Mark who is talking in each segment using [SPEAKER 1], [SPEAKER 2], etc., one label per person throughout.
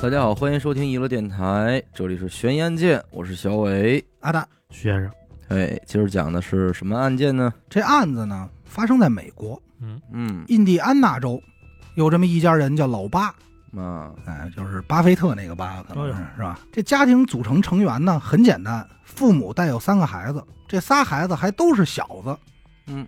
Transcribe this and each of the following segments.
[SPEAKER 1] 大家好，欢迎收听娱乐电台，这里是悬疑案件，我是小伟。
[SPEAKER 2] 阿大，
[SPEAKER 3] 徐先生，
[SPEAKER 1] 哎，今儿讲的是什么案件呢？
[SPEAKER 2] 这案子呢发生在美国
[SPEAKER 3] 嗯，
[SPEAKER 1] 嗯
[SPEAKER 2] 印第安纳州，有这么一家人叫老巴，
[SPEAKER 1] 啊，
[SPEAKER 2] 哎，就是巴菲特那个巴，可能是
[SPEAKER 3] 哎
[SPEAKER 2] 是吧？这家庭组成成员呢很简单，父母带有三个孩子，这仨孩子还都是小子。
[SPEAKER 1] 嗯，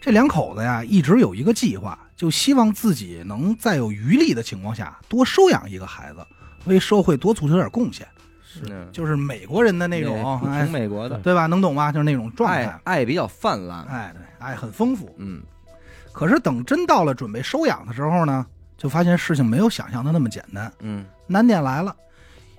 [SPEAKER 2] 这两口子呀一直有一个计划，就希望自己能在有余力的情况下多收养一个孩子，为社会多做出点贡献，
[SPEAKER 1] 是那
[SPEAKER 2] 就是美国人的那种，哎
[SPEAKER 1] 挺，美国的，
[SPEAKER 2] 对吧？能懂吧？就是那种状
[SPEAKER 1] 爱
[SPEAKER 2] 态，
[SPEAKER 1] 爱比较泛滥。
[SPEAKER 2] 哎，对，爱很丰富。
[SPEAKER 1] 嗯
[SPEAKER 2] 可是等真到了准备收养的时候呢，就发现事情没有想象的那么简单。
[SPEAKER 1] 嗯
[SPEAKER 2] 难点来了，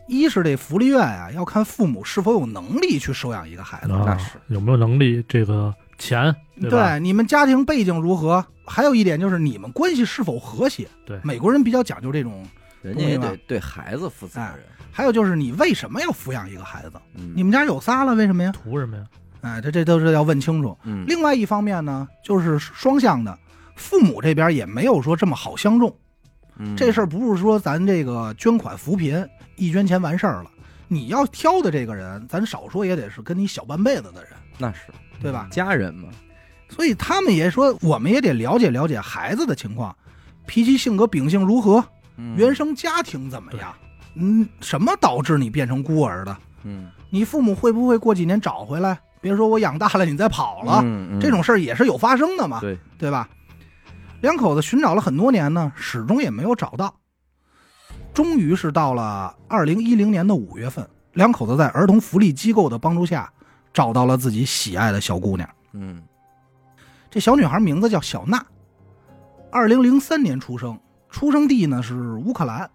[SPEAKER 2] 一是这福利院啊，要看父母是否有能力去收养一个孩子。
[SPEAKER 1] 那
[SPEAKER 3] 啊
[SPEAKER 1] 是
[SPEAKER 3] 有没有能力？这个钱，吧？
[SPEAKER 2] 对你们家庭背景如何？还有一点就是你们关系是否和谐。
[SPEAKER 3] 对
[SPEAKER 2] 美国人比较讲究这种。
[SPEAKER 1] 人家也
[SPEAKER 2] 同意
[SPEAKER 1] 得
[SPEAKER 2] 吧
[SPEAKER 1] 对孩子负责任。
[SPEAKER 2] 还有就是你为什么要抚养一个孩子？
[SPEAKER 1] 嗯
[SPEAKER 2] 你们家有仨了，为什么呀？
[SPEAKER 3] 图什么呀？
[SPEAKER 2] 哎，这这都是要问清楚。
[SPEAKER 1] 嗯
[SPEAKER 2] 另外一方面呢，就是双向的，父母这边也没有说这么好相中。
[SPEAKER 1] 嗯
[SPEAKER 2] 这事儿不是说咱这个捐款扶贫一捐钱完事儿了，你要挑的这个人，咱少说也得是跟你小半辈子的人，
[SPEAKER 1] 那是
[SPEAKER 2] 对吧？
[SPEAKER 1] 家人嘛。
[SPEAKER 2] 所以他们也说，我们也得了解了解孩子的情况，脾气、性格、秉性如何，
[SPEAKER 1] 嗯
[SPEAKER 2] 原生家庭怎么样，嗯，什么导致你变成孤儿的？
[SPEAKER 1] 嗯
[SPEAKER 2] 你父母会不会过几年找回来？别说我养大了你再跑了，
[SPEAKER 1] 嗯嗯
[SPEAKER 2] 这种事儿也是有发生的嘛。
[SPEAKER 1] 对
[SPEAKER 2] 对吧？两口子寻找了很多年呢，始终也没有找到。终于是到了二零一零年的五月份，两口子在儿童福利机构的帮助下，找到了自己喜爱的小姑娘。
[SPEAKER 1] 嗯
[SPEAKER 2] 这小女孩名字叫小娜，二零零三年出生，出生地呢是乌克兰。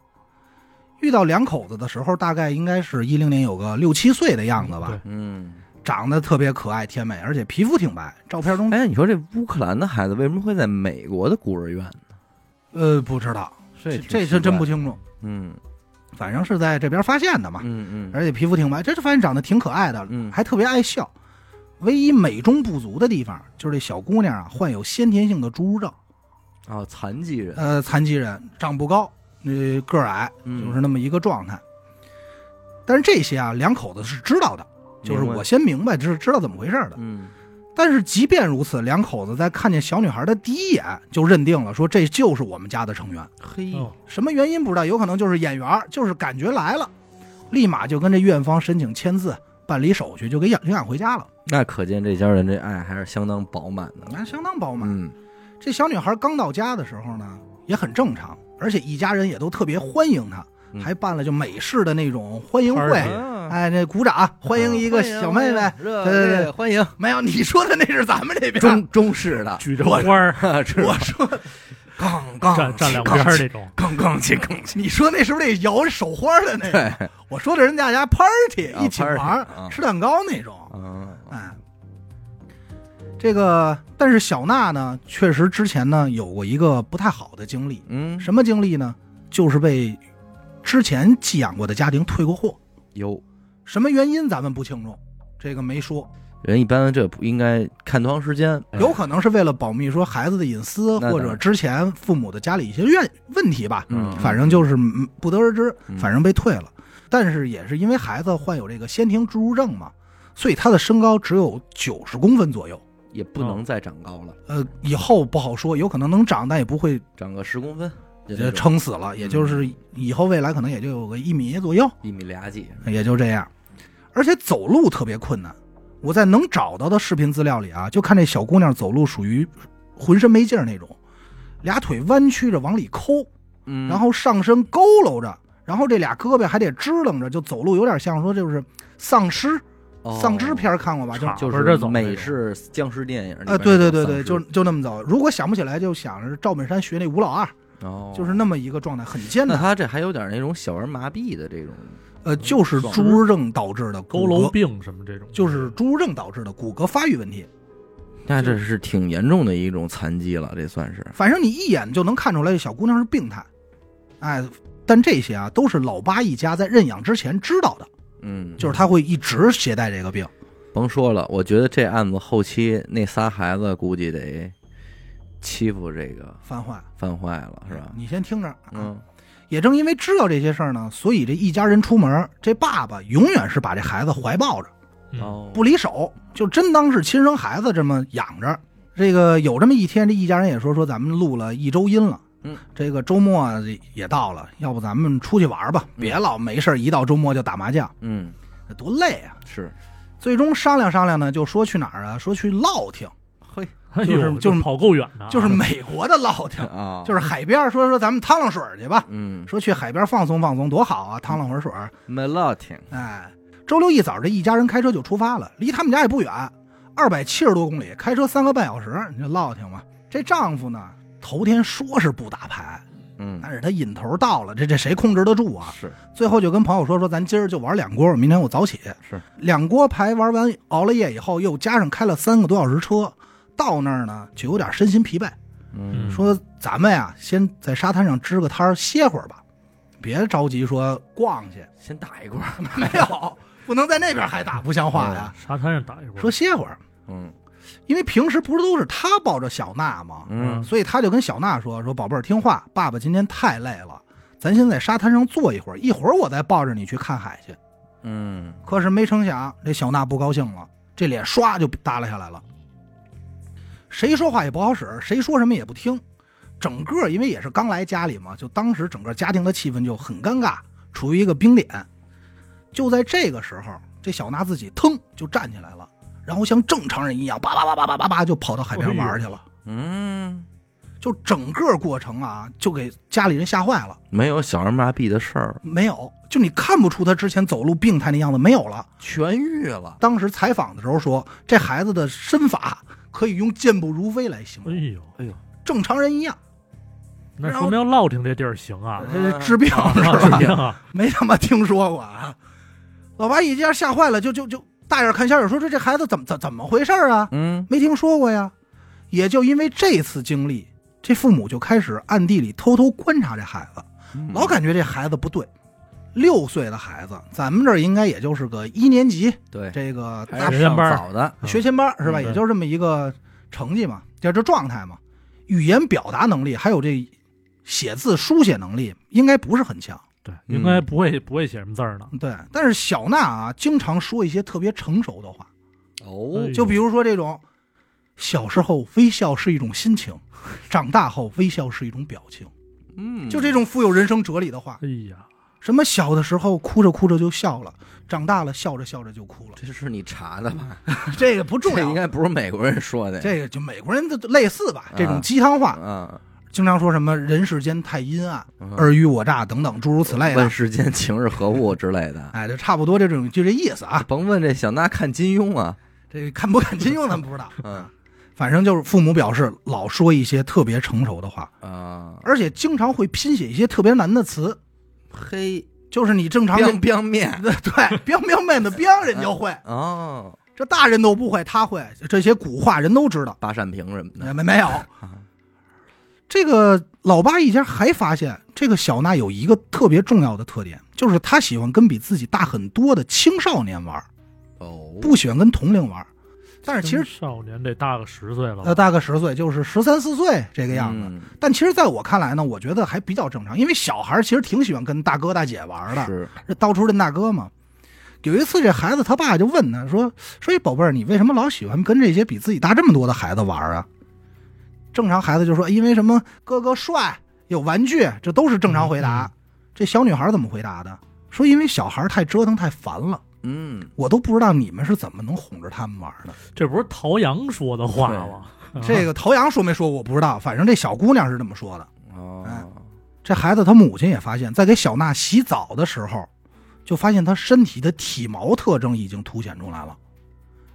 [SPEAKER 2] 遇到两口子的时候，大概应该是一零年有个六七岁的样子吧
[SPEAKER 3] 对，
[SPEAKER 1] 嗯。
[SPEAKER 2] 长得特别可爱甜美，而且皮肤挺白。照片中，
[SPEAKER 1] 哎，你说这乌克兰的孩子为什么会在美国的孤儿院呢？
[SPEAKER 2] 呃，不知道，
[SPEAKER 1] 这
[SPEAKER 2] 这是真不清楚。
[SPEAKER 1] 嗯
[SPEAKER 2] 反正是在这边发现的嘛，
[SPEAKER 1] 嗯嗯
[SPEAKER 2] 而且皮肤挺白，这就发现长得挺可爱的，
[SPEAKER 1] 嗯
[SPEAKER 2] 还特别爱笑。唯一美中不足的地方就是这小姑娘啊，患有先天性的侏儒症，
[SPEAKER 1] 啊，残疾人
[SPEAKER 2] 呃，残疾人，长不高，呃，个儿矮，
[SPEAKER 1] 嗯
[SPEAKER 2] 就是那么一个状态。但是这些啊，两口子是知道的，就是
[SPEAKER 1] 明白
[SPEAKER 2] 我先明白，就是知道怎么回事的。
[SPEAKER 1] 嗯
[SPEAKER 2] 但是即便如此，两口子在看见小女孩的第一眼就认定了，说这就是我们家的成员。
[SPEAKER 1] 嘿
[SPEAKER 3] 哦，
[SPEAKER 2] 什么原因不知道，有可能就是眼缘儿，就是感觉来了，立马就跟这院方申请签字办理手续，就给养领养回家了，
[SPEAKER 1] 那可见这家人这爱还是相当饱满的。
[SPEAKER 2] 那相当饱满。
[SPEAKER 1] 嗯
[SPEAKER 2] 这小女孩刚到家的时候呢，也很正常，而且一家人也都特别欢迎她，
[SPEAKER 1] 嗯
[SPEAKER 2] 还办了就美式的那种欢迎会，
[SPEAKER 3] Party 嗯
[SPEAKER 1] 啊，
[SPEAKER 2] 哎，那鼓掌欢迎一个小妹妹。
[SPEAKER 1] 热
[SPEAKER 2] 对对对
[SPEAKER 1] 烈欢迎
[SPEAKER 2] 没有，你说的那是咱们这边，
[SPEAKER 1] 中中式 的，
[SPEAKER 3] 举着花儿
[SPEAKER 1] 是
[SPEAKER 2] 我说的，杠杠
[SPEAKER 3] 站站两边儿那种，
[SPEAKER 2] 杠杠起杠起， 你说那是不是得摇手花的那个？
[SPEAKER 1] 对，
[SPEAKER 2] 我说的人家家 party
[SPEAKER 1] 啊
[SPEAKER 2] 一起玩儿
[SPEAKER 1] party，啊
[SPEAKER 2] 吃蛋糕那种，
[SPEAKER 1] 嗯
[SPEAKER 2] 哎，这个但是小娜呢，确实之前呢有过一个不太好的经历，
[SPEAKER 1] 嗯，
[SPEAKER 2] 什么经历呢？就是被之前寄养过的家庭退过货，
[SPEAKER 1] 有
[SPEAKER 2] 什么原因咱们不清楚，这个没说，
[SPEAKER 1] 人一般这不应该看多长时间，哎
[SPEAKER 2] 有可能是为了保密说孩子的隐私，
[SPEAKER 1] 那当然
[SPEAKER 2] 或者之前父母的家里一些怨问题吧，
[SPEAKER 1] 嗯嗯
[SPEAKER 2] 反正就是嗯不得而知
[SPEAKER 1] 嗯，
[SPEAKER 2] 反正被退了。但是也是因为孩子患有这个先天侏儒症嘛，所以他的身高只有九十公分左右。
[SPEAKER 1] 也不能再长高了，
[SPEAKER 2] 呃，以后不好说，有可能能长，但也不会
[SPEAKER 1] 长个十公分，就嗯
[SPEAKER 2] 呃
[SPEAKER 1] 那种
[SPEAKER 2] 撑死了，也就是以后未来可能也就有个一米左右，
[SPEAKER 1] 一米俩几，
[SPEAKER 2] 也就这样。而且走路特别困难，我在能找到的视频资料里啊，就看这小姑娘走路属于浑身没劲儿那种，俩腿弯曲着往里抠，
[SPEAKER 1] 嗯，
[SPEAKER 2] 然后上身佝偻着，然后这俩胳膊还得支棱着，就走路有点像说就是丧尸
[SPEAKER 1] 哦
[SPEAKER 2] 丧尸片儿看过吧？就
[SPEAKER 3] 差
[SPEAKER 1] 就
[SPEAKER 3] 往这
[SPEAKER 1] 是
[SPEAKER 3] 走那
[SPEAKER 1] 美
[SPEAKER 3] 种
[SPEAKER 1] 式僵尸电影里
[SPEAKER 2] 呃，
[SPEAKER 1] 边那
[SPEAKER 2] 对对
[SPEAKER 1] 种
[SPEAKER 2] 对
[SPEAKER 1] 丧
[SPEAKER 2] 对，
[SPEAKER 1] 尸
[SPEAKER 2] 就就那么走。如果想不起来，就想着赵本山学那吴老二。
[SPEAKER 1] 哦，
[SPEAKER 2] 就是那么一个状态，很艰
[SPEAKER 1] 那
[SPEAKER 2] 难。
[SPEAKER 1] 他这还有点那种小儿麻痹的这种，
[SPEAKER 2] 呃，就是
[SPEAKER 1] 爽
[SPEAKER 2] 侏儒症导致的
[SPEAKER 3] 佝
[SPEAKER 2] 骨
[SPEAKER 3] 偻
[SPEAKER 2] 骼，
[SPEAKER 3] 病什么这种，
[SPEAKER 2] 就是侏儒症导致的骨骼发育问题。
[SPEAKER 1] 那这是挺严重的一种残疾了，这算是，
[SPEAKER 2] 反正你一眼就能看出来，这小姑娘是病态。哎，但这些啊，都是老八一家在认养之前知道的，
[SPEAKER 1] 嗯，
[SPEAKER 2] 就是他会一直携带这个病。
[SPEAKER 1] 甭说了，我觉得这案子后期那仨孩子估计得欺负这个
[SPEAKER 2] 翻坏，
[SPEAKER 1] 犯坏了，是吧？
[SPEAKER 2] 你先听着，
[SPEAKER 1] 嗯，
[SPEAKER 2] 也正因为知道这些事儿呢，所以这一家人出门，这爸爸永远是把这孩子怀抱着，
[SPEAKER 3] 嗯
[SPEAKER 1] 哦，
[SPEAKER 2] 不离手，就真当是亲生孩子这么养着。这个有这么一天，这一家人也说说咱们录了一周音了，
[SPEAKER 1] 嗯，
[SPEAKER 2] 这个周末啊也到了，要不咱们出去玩吧？别老没事儿一到周末就打麻将，
[SPEAKER 1] 嗯，
[SPEAKER 2] 那多累啊！
[SPEAKER 1] 是，
[SPEAKER 2] 最终商量商量呢，就说去哪儿啊？说去乐亭，
[SPEAKER 1] 嘿
[SPEAKER 3] 哎
[SPEAKER 2] 就
[SPEAKER 3] 呦
[SPEAKER 2] 是
[SPEAKER 3] 这
[SPEAKER 2] 就是
[SPEAKER 3] 跑够远的，啊
[SPEAKER 2] 就是美国的乐亭，
[SPEAKER 1] 啊，
[SPEAKER 2] 就是海边儿。说说咱们趟浪水儿去吧，
[SPEAKER 1] 嗯，
[SPEAKER 2] 说去海边放松放松多好啊，趟浪会儿水儿。
[SPEAKER 1] 麦乐挺，
[SPEAKER 2] 哎，周六一早，这一家人开车就出发了，离他们家也不远，二百七十多公里，开车三个半小时，你就落听吧。这丈夫呢，头天说是不打牌，
[SPEAKER 1] 嗯，
[SPEAKER 2] 但是他瘾头到了，这这谁控制得住啊？
[SPEAKER 1] 是
[SPEAKER 2] 最后就跟朋友说说，咱今儿就玩两锅，明天我早起。
[SPEAKER 1] 是，
[SPEAKER 2] 两锅牌玩完，熬了夜以后，又加上开了三个多小时车，到那儿呢就有点身心疲惫，
[SPEAKER 1] 嗯，
[SPEAKER 2] 说咱们呀，先在沙滩上支个摊儿歇会儿吧，别着急说逛去。
[SPEAKER 1] 先打一棍儿，
[SPEAKER 2] 没有，不能在那边还打，不像话呀。
[SPEAKER 3] 沙滩上打一波，
[SPEAKER 2] 说歇会儿，
[SPEAKER 1] 嗯
[SPEAKER 2] 因为平时不是都是他抱着小娜吗？
[SPEAKER 1] 嗯，
[SPEAKER 2] 所以他就跟小娜说：“说宝贝儿，听话，爸爸今天太累了，咱先在沙滩上坐一会儿，一会儿我再抱着你去看海去。
[SPEAKER 1] 嗯，”
[SPEAKER 2] 可是没成想，这小娜不高兴了，这脸唰就耷拉下来了。谁说话也不好使，谁说什么也不听，整个因为也是刚来家里嘛，就当时整个家庭的气氛就很尴尬，处于一个冰点。就在这个时候，这小娜自己腾就站起来了，然后像正常人一样，叭叭叭叭叭叭叭就跑到海边玩去了。
[SPEAKER 1] 嗯，
[SPEAKER 2] 就整个过程啊，就给家里人吓坏了。
[SPEAKER 1] 没有小儿麻痹的事儿，
[SPEAKER 2] 没有，就你看不出他之前走路病态那样子，没有了。
[SPEAKER 1] 痊愈了，
[SPEAKER 2] 当时采访的时候说，这孩子的身法可以用健步如飞来形
[SPEAKER 3] 哎
[SPEAKER 2] 容，
[SPEAKER 3] 呦，
[SPEAKER 2] 正常人一样。
[SPEAKER 3] 那
[SPEAKER 2] 然
[SPEAKER 3] 说明落听这地儿行 啊，
[SPEAKER 2] 这是治病是
[SPEAKER 3] 啊
[SPEAKER 2] 吧？
[SPEAKER 3] 是啊，
[SPEAKER 2] 没他妈听说过啊！老八一家吓坏了，就就就大眼看小眼说：“这这孩子怎么怎怎么回事儿啊？
[SPEAKER 1] 嗯，
[SPEAKER 2] 没听说过呀！”也就因为这次经历，这父母就开始暗地里偷偷观察这孩子，
[SPEAKER 3] 嗯
[SPEAKER 1] 嗯
[SPEAKER 2] 老感觉这孩子不对。六岁的孩子，咱们这儿应该也就是个一年级，
[SPEAKER 1] 对，
[SPEAKER 2] 这个
[SPEAKER 1] 还是
[SPEAKER 2] 大
[SPEAKER 3] 学前
[SPEAKER 1] 上
[SPEAKER 3] 班儿
[SPEAKER 1] 早的，
[SPEAKER 2] 学前班儿是吧？
[SPEAKER 3] 嗯
[SPEAKER 2] 也就是这么一个成绩嘛，就这状态嘛。语言表达能力还有这写字书写能力，应该不是很强。
[SPEAKER 3] 对，
[SPEAKER 1] 嗯
[SPEAKER 3] 应该不会不会写什么字儿呢，
[SPEAKER 2] 对，但是小娜啊，经常说一些特别成熟的话，
[SPEAKER 1] 哦
[SPEAKER 3] 哎
[SPEAKER 2] 就比如说这种，小时候微笑是一种心情，长大后微笑是一种表情，
[SPEAKER 1] 嗯，
[SPEAKER 2] 就这，种富有人生哲理的话。
[SPEAKER 3] 哎呀，
[SPEAKER 2] 什么小的时候哭着哭着就笑了，长大了笑着笑着就哭了，
[SPEAKER 1] 这是你查的吧？
[SPEAKER 2] 这个不重
[SPEAKER 1] 这应
[SPEAKER 2] 要，
[SPEAKER 1] 该不是美国人说的，
[SPEAKER 2] 这个就美国人的类似吧，这
[SPEAKER 1] 啊
[SPEAKER 2] 种鸡汤话，
[SPEAKER 1] 啊，
[SPEAKER 2] 经常说什么人世间太阴暗，
[SPEAKER 1] 嗯
[SPEAKER 2] 尔虞我诈等等诸如此类
[SPEAKER 1] 问
[SPEAKER 2] 的，
[SPEAKER 1] 世间情是何物之类的，
[SPEAKER 2] 哎，就差不多这种就这意思啊。
[SPEAKER 1] 甭问这小娜看金庸啊，
[SPEAKER 2] 这看不看金庸咱 不知道，
[SPEAKER 1] 嗯
[SPEAKER 2] 反正就是父母表示老说一些特别成熟的话，
[SPEAKER 1] 啊，
[SPEAKER 2] 而且经常会拼写一些特别难的词，
[SPEAKER 1] 嘿，
[SPEAKER 2] 就是你正常
[SPEAKER 1] 冰
[SPEAKER 2] 人
[SPEAKER 1] 冰面
[SPEAKER 2] 对彪彪妹的彪人就会，
[SPEAKER 1] 哦，
[SPEAKER 2] 这大人都不会，他会这些古话人都知道，
[SPEAKER 1] 八扇屏什么的，
[SPEAKER 2] 没没有。这个老八一家还发现，这个小娜有一个特别重要的特点，就是她喜欢跟比自己大很多的青少年玩，
[SPEAKER 1] 哦，
[SPEAKER 2] 嗯不喜欢跟同龄玩。但是其
[SPEAKER 3] 青
[SPEAKER 2] 实，
[SPEAKER 3] 少年得大个十岁了吧
[SPEAKER 2] 呃，，大概十岁，就是十三四岁这
[SPEAKER 1] 这
[SPEAKER 2] 个样子。
[SPEAKER 1] 嗯
[SPEAKER 2] 但其实在我看来呢，我觉得还比较正常，因为小孩其实挺喜欢跟大哥大姐玩的，
[SPEAKER 1] 是，
[SPEAKER 2] 这到处认大哥嘛。有一次，这孩子他爸就问他说：“说哎宝贝儿，你为什么老喜欢跟这些比自己大这么多的孩子玩啊？”正常孩子就说：“哎因为什么哥哥帅，有玩具，这都是正常回答。这小女孩怎么回答的？说：“因为小孩太折腾太烦了，
[SPEAKER 1] 嗯，
[SPEAKER 2] 我都不知道你们是怎么能哄着他们玩的。
[SPEAKER 3] 这不是陶阳说的话吗？啊
[SPEAKER 2] 这个陶阳说没说过我不知道，反正这小姑娘是这么说的。
[SPEAKER 1] 哦，
[SPEAKER 2] 这孩子他母亲也发现，在给小娜洗澡的时候，就发现她身体的体毛特征已经凸显出来了。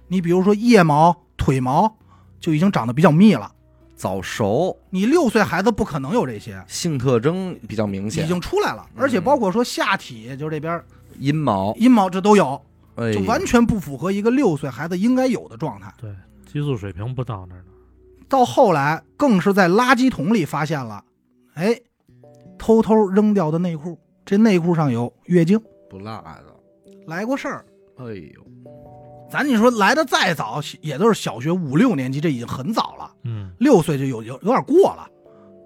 [SPEAKER 2] 你比如说腋毛、腿毛就已经长得比较密了。
[SPEAKER 1] 早熟，
[SPEAKER 2] 你六岁孩子不可能有这些，
[SPEAKER 1] 性特征比较明
[SPEAKER 2] 已
[SPEAKER 1] 显，
[SPEAKER 2] 经出来了，
[SPEAKER 1] 嗯
[SPEAKER 2] 而且包括说下体，就这边
[SPEAKER 1] 阴毛，
[SPEAKER 2] 阴毛这都有，
[SPEAKER 1] 哎，
[SPEAKER 2] 就完全不符合一个六岁孩子应该有的状态。
[SPEAKER 3] 对，激素水平不到那儿呢，
[SPEAKER 2] 到后来更是在垃圾桶里发现了，哎，偷偷扔掉的内裤，这内裤上有月经，
[SPEAKER 1] 不落的，
[SPEAKER 2] 来过事儿。
[SPEAKER 1] 哎呦，
[SPEAKER 2] 咱你说来的再早，也都是小学五六年级，这已经很早了，
[SPEAKER 3] 嗯，
[SPEAKER 2] 六岁就有有有点过了，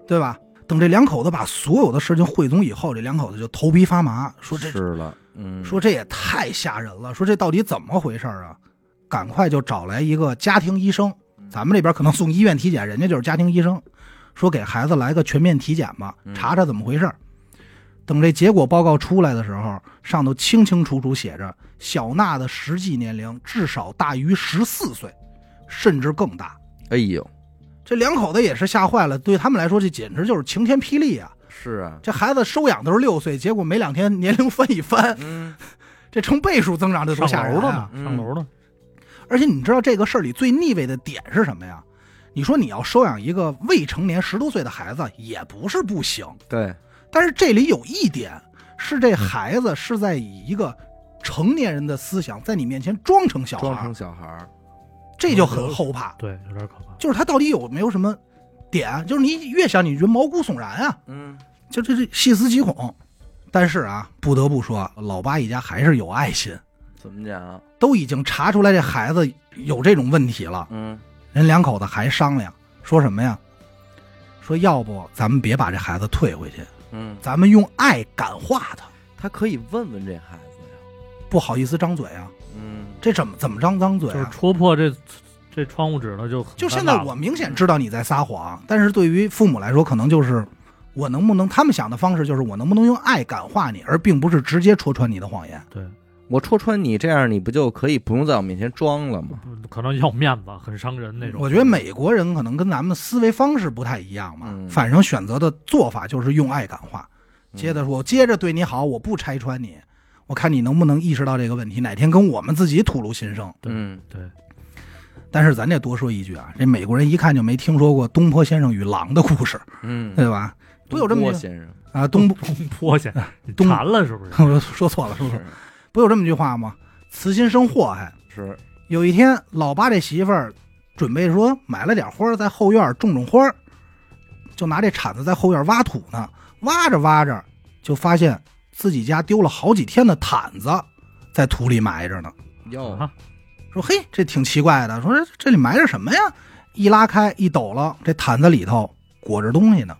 [SPEAKER 2] 对吧？等这两口子把所有的事情汇总以后，这两口子就头皮发麻，说这
[SPEAKER 1] 是了，嗯，
[SPEAKER 2] 说这也太吓人了，说这到底怎么回事儿啊？赶快就找来一个家庭医生，
[SPEAKER 1] 嗯
[SPEAKER 2] 咱们这边可能送医院体检，人家就是家庭医生，说给孩子来个全面体检吧
[SPEAKER 1] 嗯，
[SPEAKER 2] 查查怎么回事儿。等这结果报告出来的时候，上头清清楚楚写着小娜的实际年龄至少大于十四岁，甚至更大。
[SPEAKER 1] 哎呦，
[SPEAKER 2] 这两口子也是吓坏了，对他们来说这简直就是晴天霹雳啊！
[SPEAKER 1] 是啊，
[SPEAKER 2] 这孩子收养的时候六岁，结果没两天年龄翻一翻，
[SPEAKER 1] 嗯，
[SPEAKER 2] 这成倍数增长，这多吓
[SPEAKER 3] 上
[SPEAKER 2] 人
[SPEAKER 3] 楼了
[SPEAKER 2] 啊
[SPEAKER 3] 嘛！，
[SPEAKER 1] 嗯
[SPEAKER 3] 上楼了，
[SPEAKER 2] 而且你知道这个事儿里最腻味的点是什么呀？你说你要收养一个未成年十多岁的孩子也不是不行，
[SPEAKER 1] 对，
[SPEAKER 2] 但是这里有一点是这孩子是在以一个成年人的思想在你面前装成小孩
[SPEAKER 1] 装
[SPEAKER 2] 儿
[SPEAKER 1] 成，小孩儿，
[SPEAKER 2] 这就很后怕。
[SPEAKER 3] 对，有点可怕。
[SPEAKER 2] 就是他到底有没有什么点？就是你越想，你越毛骨悚然啊！
[SPEAKER 1] 嗯，
[SPEAKER 2] 就这这细思极恐。但是啊，不得不说，老八一家还是有爱心，
[SPEAKER 1] 怎么讲？
[SPEAKER 2] 都已经查出来这孩子有这种问题了，
[SPEAKER 1] 嗯，
[SPEAKER 2] 人两口子还商量说什么呀？说要不咱们别把这孩子退回去，
[SPEAKER 1] 嗯，
[SPEAKER 2] 咱们用爱感化他。
[SPEAKER 1] 他可以问问这孩子呀，
[SPEAKER 2] 不好意思张嘴啊，
[SPEAKER 1] 嗯，
[SPEAKER 2] 这怎么怎么张张嘴
[SPEAKER 3] 就是
[SPEAKER 2] 啊？
[SPEAKER 3] 戳破这这窗户纸了，就很
[SPEAKER 2] 就现
[SPEAKER 3] 尴
[SPEAKER 2] 在
[SPEAKER 3] 尬了
[SPEAKER 2] 我明显知道你在撒谎，但是对于父母来说，可能就是我能不能他们想的方式就是我能不能用爱感化你，而并不是直接戳穿你的谎言。
[SPEAKER 3] 对，
[SPEAKER 1] 我戳穿你这样，你不就可以不用在我面前装了吗？
[SPEAKER 3] 不可能要面子，很伤人那种。
[SPEAKER 2] 我觉得美国人可能跟咱们的思维方式不太一样嘛，
[SPEAKER 1] 嗯
[SPEAKER 2] 反正选择的做法就是用爱感化。
[SPEAKER 1] 嗯
[SPEAKER 2] 接着说，我接着对你好，我不拆穿你，我看你能不能意识到这个问题，哪天跟我们自己吐露心声。
[SPEAKER 3] 对
[SPEAKER 1] 嗯，
[SPEAKER 3] 对，
[SPEAKER 2] 但是咱这多说一句啊，这美国人一看就没听说过东坡先生与狼的故事，
[SPEAKER 1] 嗯，
[SPEAKER 2] 对吧？不有这么
[SPEAKER 1] 郭
[SPEAKER 2] 一
[SPEAKER 1] 先生，
[SPEAKER 2] 啊东坡，
[SPEAKER 3] 东坡
[SPEAKER 2] 嗯
[SPEAKER 3] 去，你
[SPEAKER 2] 东？
[SPEAKER 3] 馋了是不是
[SPEAKER 2] 我说错了，说错了，
[SPEAKER 1] 是
[SPEAKER 2] 不有这么句话吗？慈心生祸害。
[SPEAKER 1] 是，
[SPEAKER 2] 有一天，老八这媳妇儿准备说买了点花儿，在后院种种花儿，就拿这铲子在后院挖土呢。挖着挖着，就发现自己家丢了好几天的毯子，在土里埋着呢。哦
[SPEAKER 1] 哟，
[SPEAKER 3] 啊，
[SPEAKER 2] 说嘿，这挺奇怪的。说这这里埋着什么呀？一拉开一抖了，这毯子里头裹着东西呢，